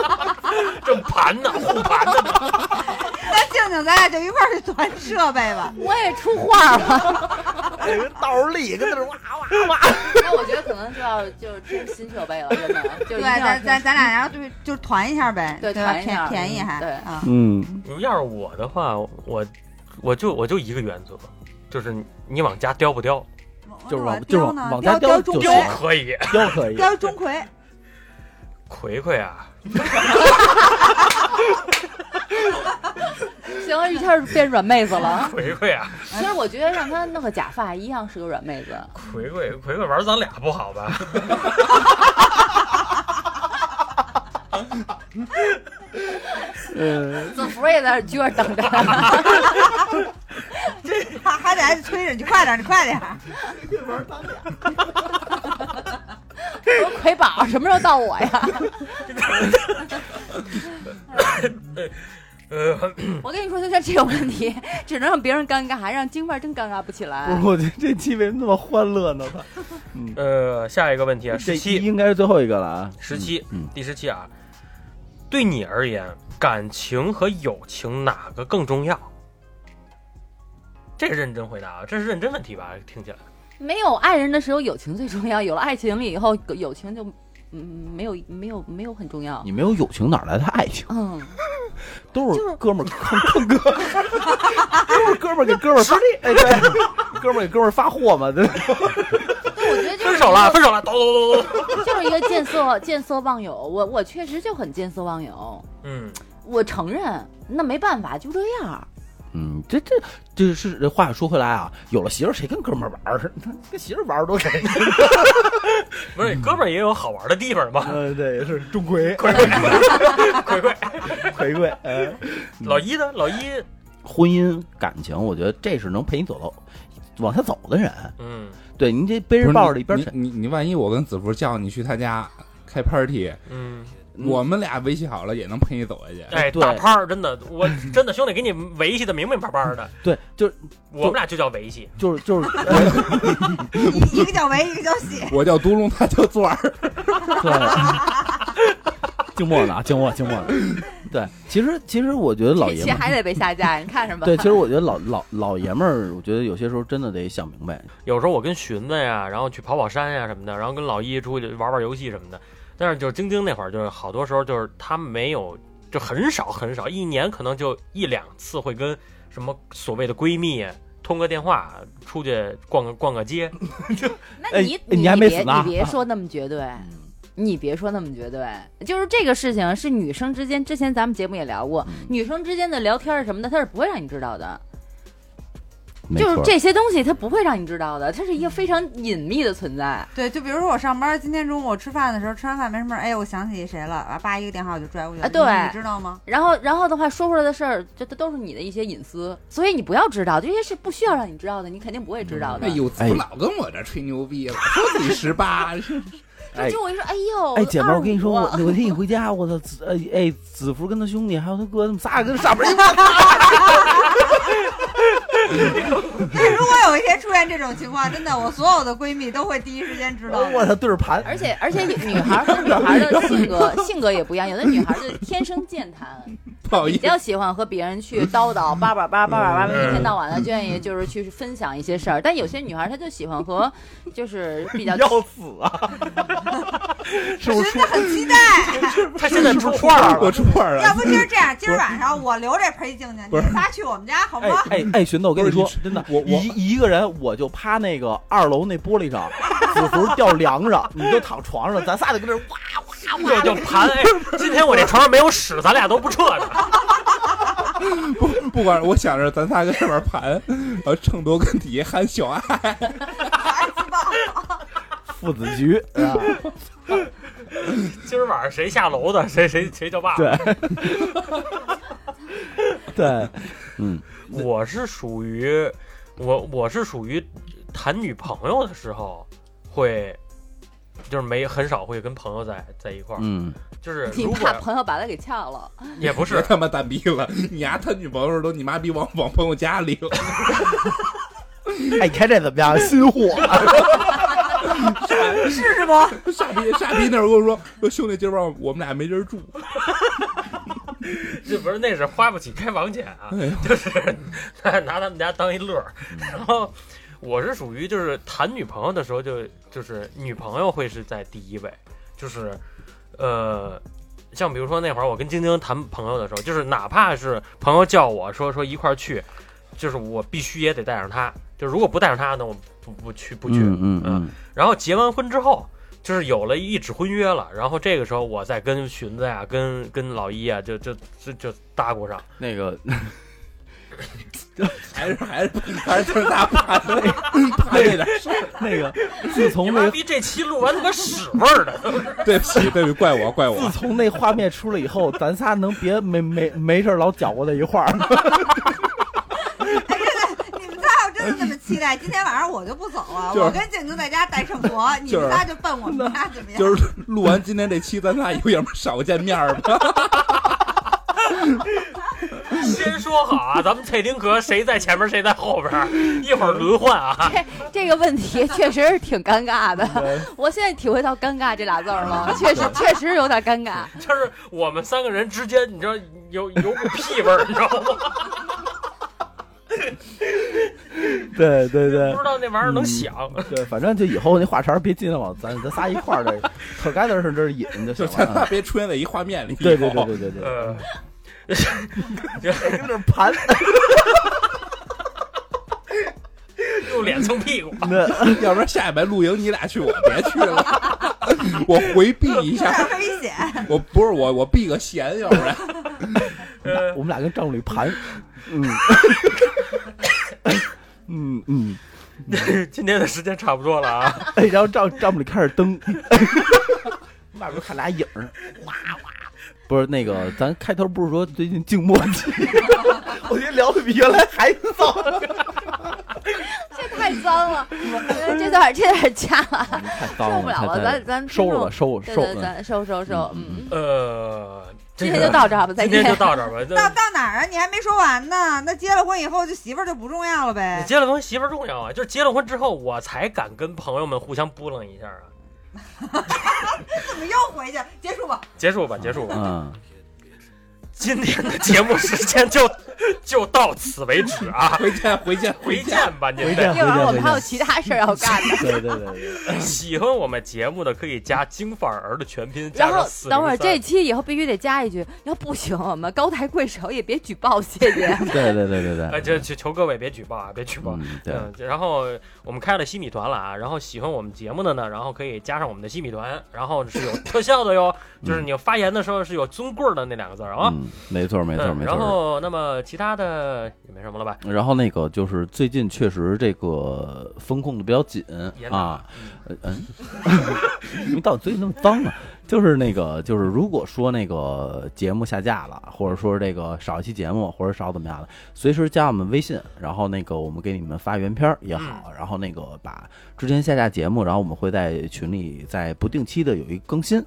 <laughs>
正盘呢，护盘呢，
那静静咱俩就一块儿去团设备吧。
我也出画了，
哎，倒着立，跟那儿哇哇哇。
那我觉得可能就要就是添新设备了，真的， <laughs> 就
<laughs> 对，
一定要
咱
添
咱咱俩然后就是就团一下呗，
对
对吧？
团一下
便便宜还
对
啊，
嗯，
你要是我的话，我我就我就一个原则，就是你你往家叼不叼，
就是
我
往就是往
呢
往
雕
家
雕
雕
钟
就
叼
对
馗，
可以，
雕 <laughs> 可以，
雕钟馗，
葵葵啊，
行，一下就变软妹子
<laughs>
了。
葵葵啊，
其实我觉得让她弄个假发一样是个软妹子。
葵葵葵葵玩咱俩不好吧？
嗯，
子福也在那撅着等着，
还还得还得催着你快点儿，你快点儿。
我说魁宝什么时候到我呀？
呃， <laughs>
我跟你说，就像这种问题，只能让别人尴尬，还让京范儿真尴尬不起
不
来
是，。我觉得这期为什么那么欢乐呢？
呃，下一个问题啊，
这
十
期
七
应该是最后一个了啊，
十七
嗯嗯，
第十七啊，对你而言，感情和友情哪个更重要？这个认真回答啊，这是认真问题吧？听起来
没有爱人的时候，友情最重要；有了爱情了以后，友情就嗯没有没有没有很重要
嗯你。没有友情哪来的爱情？
嗯，
都是哥们儿坑坑哥，都是哥们儿给 <laughs> 哥们儿发哎对，哥们儿给哥们儿发货嘛，对吧。
对，我觉得就是
分手
嗯
了，分手了，抖抖抖抖抖。
就是一个见色见色忘友。我我确实就很见色忘友，
嗯，
我承认，那没办法，就这样儿。
嗯，这这这是这话说回来啊，有了媳妇儿谁跟哥们儿玩儿？ <laughs> 跟媳妇儿玩儿多开心。 <laughs>
不是，哥们儿也有好玩的地方嘛。
嗯，对，是钟 <laughs> 馗、
葵葵，
<laughs>
葵葵，
葵葵。嗯，
老一呢？老一，
婚姻感情，我觉得这是能陪你走到往下走的人。
嗯
对你这背着
不是
抱着一边儿去，
你你你万一我跟子福叫你去他家开 party，
嗯，
我们俩维系好了也能陪你走下去。
哎，
对
大潘儿真的，我真的兄弟给你维系的明明白白的，
对，就是
我们俩就叫维系。
就是 <laughs> 就是，
<laughs> 一一个叫围，一个叫喜，
我叫独龙，他叫钻儿，
对，静默呢，啊，静默，静默呢。对，其实其实我觉得老
这 <laughs>
爷
期
们
还
儿，
得被下架，你看什么？
对，其实我觉得老老老爷们儿，我觉得有些时候真的得想明白，
有时候我跟寻子呀，然后去跑跑山呀什么的，然后跟老一出去玩玩游戏什么的。但是就是晶晶那会儿，就是好多时候就是他没有，就很少很少，一年可能就一两次会跟什么所谓的闺蜜通个电话，出去逛个 <laughs> 逛个街。
那
哎
你、
你还没
别
死呢啊
你别说那么绝对，你别说那么绝对，就是这个事情是女生之间，之前咱们节目也聊过，
嗯
女生之间的聊天儿什么的，她是不会让你知道的，
没
就是
错
这些东西她不会让你知道的，它是一个非常隐秘的存在。
<laughs> 对，就比如说我上班，今天中午我吃饭的时候，吃完饭没什么事儿，哎，我想起谁了，啊，叭一个电话我就拽过去了。
啊对
你你知道
<laughs>
吗？
然后，然后的话说出来的事儿，这这都是你的一些隐私，所以你不要知道，这些是不需要让你知道的，你肯定不会知道的。
哎呦，怎
哎
么老跟我这吹牛逼，老说自己十
<laughs>
八，
哎
就我一说，哎
哦
呦，啊
哎，姐们儿，我跟你说，我
25
啊
我那天一回家，我操，子哎哎，子福跟他兄弟还有他哥，他们仨跟上边一块儿
那如果有一天出现这种情况，真的，我所有的闺蜜都会第一时间知道的。
我操对着盘，
而且而且女孩儿和女孩儿的性格性格也不一样，有的女孩儿就天生健谈，
不
<laughs>
好意
比
思，
较喜欢和别人去叨叨叭叭叭叭叭叭叭，
嗯
一天到晚的就愿意就是去分享一些事儿。但有些女孩儿她就喜欢和就是
<laughs>
比较
要死啊！是不是出
很期待，
他现在出画了，
我出画了
要，不今儿这样，今儿晚上我留这陪静静，你们仨去我们家好
哎
吗？
哎哎，寻子，我跟你
不是
说
你，
真的，
我我
一一个人我就趴那个二楼那玻璃上，子福掉梁上，你就躺床上，咱仨就跟这儿哇哇哇
对，就盘。哎，今天我这床上没有屎，咱俩都不撤着。
<laughs> 不管我想着咱仨跟上面盘，然后郑多跟底下喊小爱，
父子局，啊
<laughs> 今儿晚上谁下楼的，谁谁谁叫爸爸。
对 <laughs> 对，嗯，
我是属于我我是属于谈女朋友的时候会，就是没很少会跟朋友在在一块儿，
嗯，
就是
你
如
怕
果
朋友把她给撬了，
也不
别
是
他妈蛋逼了，你丫他女朋友都你妈逼往往朋友家里了， <laughs>
哎，你看这怎么样？啊新货，
试试不？
傻逼傻逼那会儿跟我说说兄弟，今儿晚上我们俩没人住，
<laughs> 这不是那是花不起开房钱啊，
哎
<laughs> 就是拿拿他们家当一乐儿。
嗯
<laughs> 然后我是属于就是谈女朋友的时候就就是女朋友会是在第一位，就是呃。像比如说那会儿我跟晶晶谈朋友的时候，就是哪怕是朋友叫我说说一块儿去，就是我必须也得带上她。就如果不带上她呢，我不不去不去。
嗯嗯
然后结完婚之后，就是有了一纸婚约了，然后这个时候我再跟寻子呀、跟跟老一啊，就就就就搭过上。
那个 <laughs>
还是还是还是他妈盘了， <laughs> 盘这点事
<laughs>
儿，
那个，自
你
从
哎妈
那
逼这期录完他妈屎味儿的，
对不起对不起，怪我怪
自
我，
从那画面出来以后，咱仨能别没没没事儿老搅和在一块 <laughs> 儿吗。
你们仨要真的那么期待，今天晚上我就不走了，
就是
我跟静静在家待圣佛，你
就是
们仨就奔我们家怎么样？
就是录完今天这期，咱仨有要不少见面儿
<laughs>
吧，
先说好啊，咱们蔡丁格谁在前面谁在后边儿，一会儿轮换啊。
这这个问题确实是挺尴尬
嗯
的。我现在体会到“尴尬”这俩字儿了，确实确实有点
<laughs>
尴尬。
就是我们三个人之间，你知道有有股屁味儿，你知道吗？
对对
不
对嗯
知道那玩意儿能响。
对，反正就以后那话茬儿别尽量往咱咱仨一块儿这 together 是这儿引就
就
行
咱
了
仨
啊。
别出现在一画面里，
对对对对对对，
呃，
跟这儿盘
用脸蹭屁股。 <laughs>
那
<laughs> 要不然下一摆露营你俩去，我别去了， <laughs> 我回避一
有
下，
点危险，
我不是我我避个嫌，要不然
呃，
我们俩跟丈母女盘，嗯嗯嗯，
今天的时间差不多了啊。
哎，然后丈丈母女开始蹬，外边看俩影儿，哇哇。不是那个，咱开头不是说最近静默期， <laughs> 我觉得聊的比原来还糟。
这太脏了，这段这段掐了，
嗯太
嗯
受不了了，咱咱听
收
众
了吧，收
对
收
对，咱收收收，嗯，
呃，这
今
个
天就到这儿吧，再
今
见
天。就到这儿吧。
<laughs>
这
到到哪儿啊？你还没说完呢。那结了婚以后，就媳妇儿就不重要了呗
你？结了婚，媳妇儿重要啊！就是结了婚之后，我才敢跟朋友们互相拨楞一下啊。
怎么又回去？结束吧。
结束吧，结束吧。
嗯，
今天的节目时间就就到此为止啊，
回见回见
回
回见，
见吧，您
<laughs> 回
得
见
一会儿我
回见
们还有
回见，
其他
<laughs>
事儿要干呢。
对对对对，
喜欢我们节目的可以加京范儿的全拼，加
然
上
后
四
等会儿这期以后必须得加一句，要不行我们高抬贵手也别举报，谢
<laughs>
谢。
对对对对对，
哎，这求求各位别举报啊，别举报。
嗯对，
嗯，然后我们开了西米团了啊，然后喜欢我们节目的呢，然后可以加上我们的西米团，然后是有特效的哟，就是你发言的时候是有尊贵儿的那两个字儿啊。
嗯，没错没错
嗯
没
然
错。
后那么其他的也没什么了吧？
然后那个就是最近确实这个风控的比较紧
严打
啊，呃嗯， <laughs> 你们到底嘴怎么那么脏啊？就是那个，就是如果说那个节目下架了，或者说这个少一期节目，或者少怎么样的，随时加我们微信，然后那个我们给你们发原片儿也
嗯
好，然后那个把之前下架节目，然后我们会在群里在不定期的有一个更新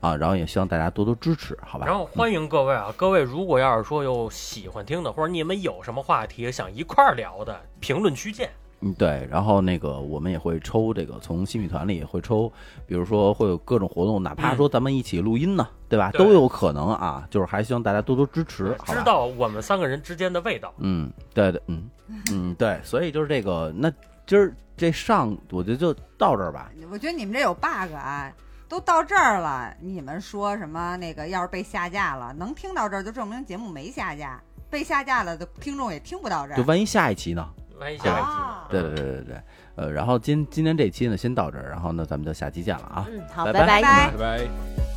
啊，然后也希望大家多多支持，好吧？
然后欢迎各位啊，各位如果要是说有喜欢听的，或者你们有什么话题想一块儿聊的，评论区见。
嗯，对，然后那个我们也会抽这个，从新米团里也会抽，比如说会有各种活动，哪怕说咱们一起录音呢，对吧？
对
都有可能啊，就是还希望大家多多支持，好
知
吧？
道我们三个人之间的味道。
嗯，对对，嗯嗯，对，所以就是这个，那今儿这上我觉得就到这儿吧，
我觉得你们这有 bug 啊，都到这儿了，你们说什么那个要是被下架了，能听到这儿就证明节目没下架，被下架了的听众也听不到这
就
儿。
万一下一期呢？
万一下一期呢
啊？
对对对对对，呃，然后今今天这期呢先到这儿，然后呢咱们就下期见了啊。
嗯，好，
拜
拜
拜
拜。
拜拜。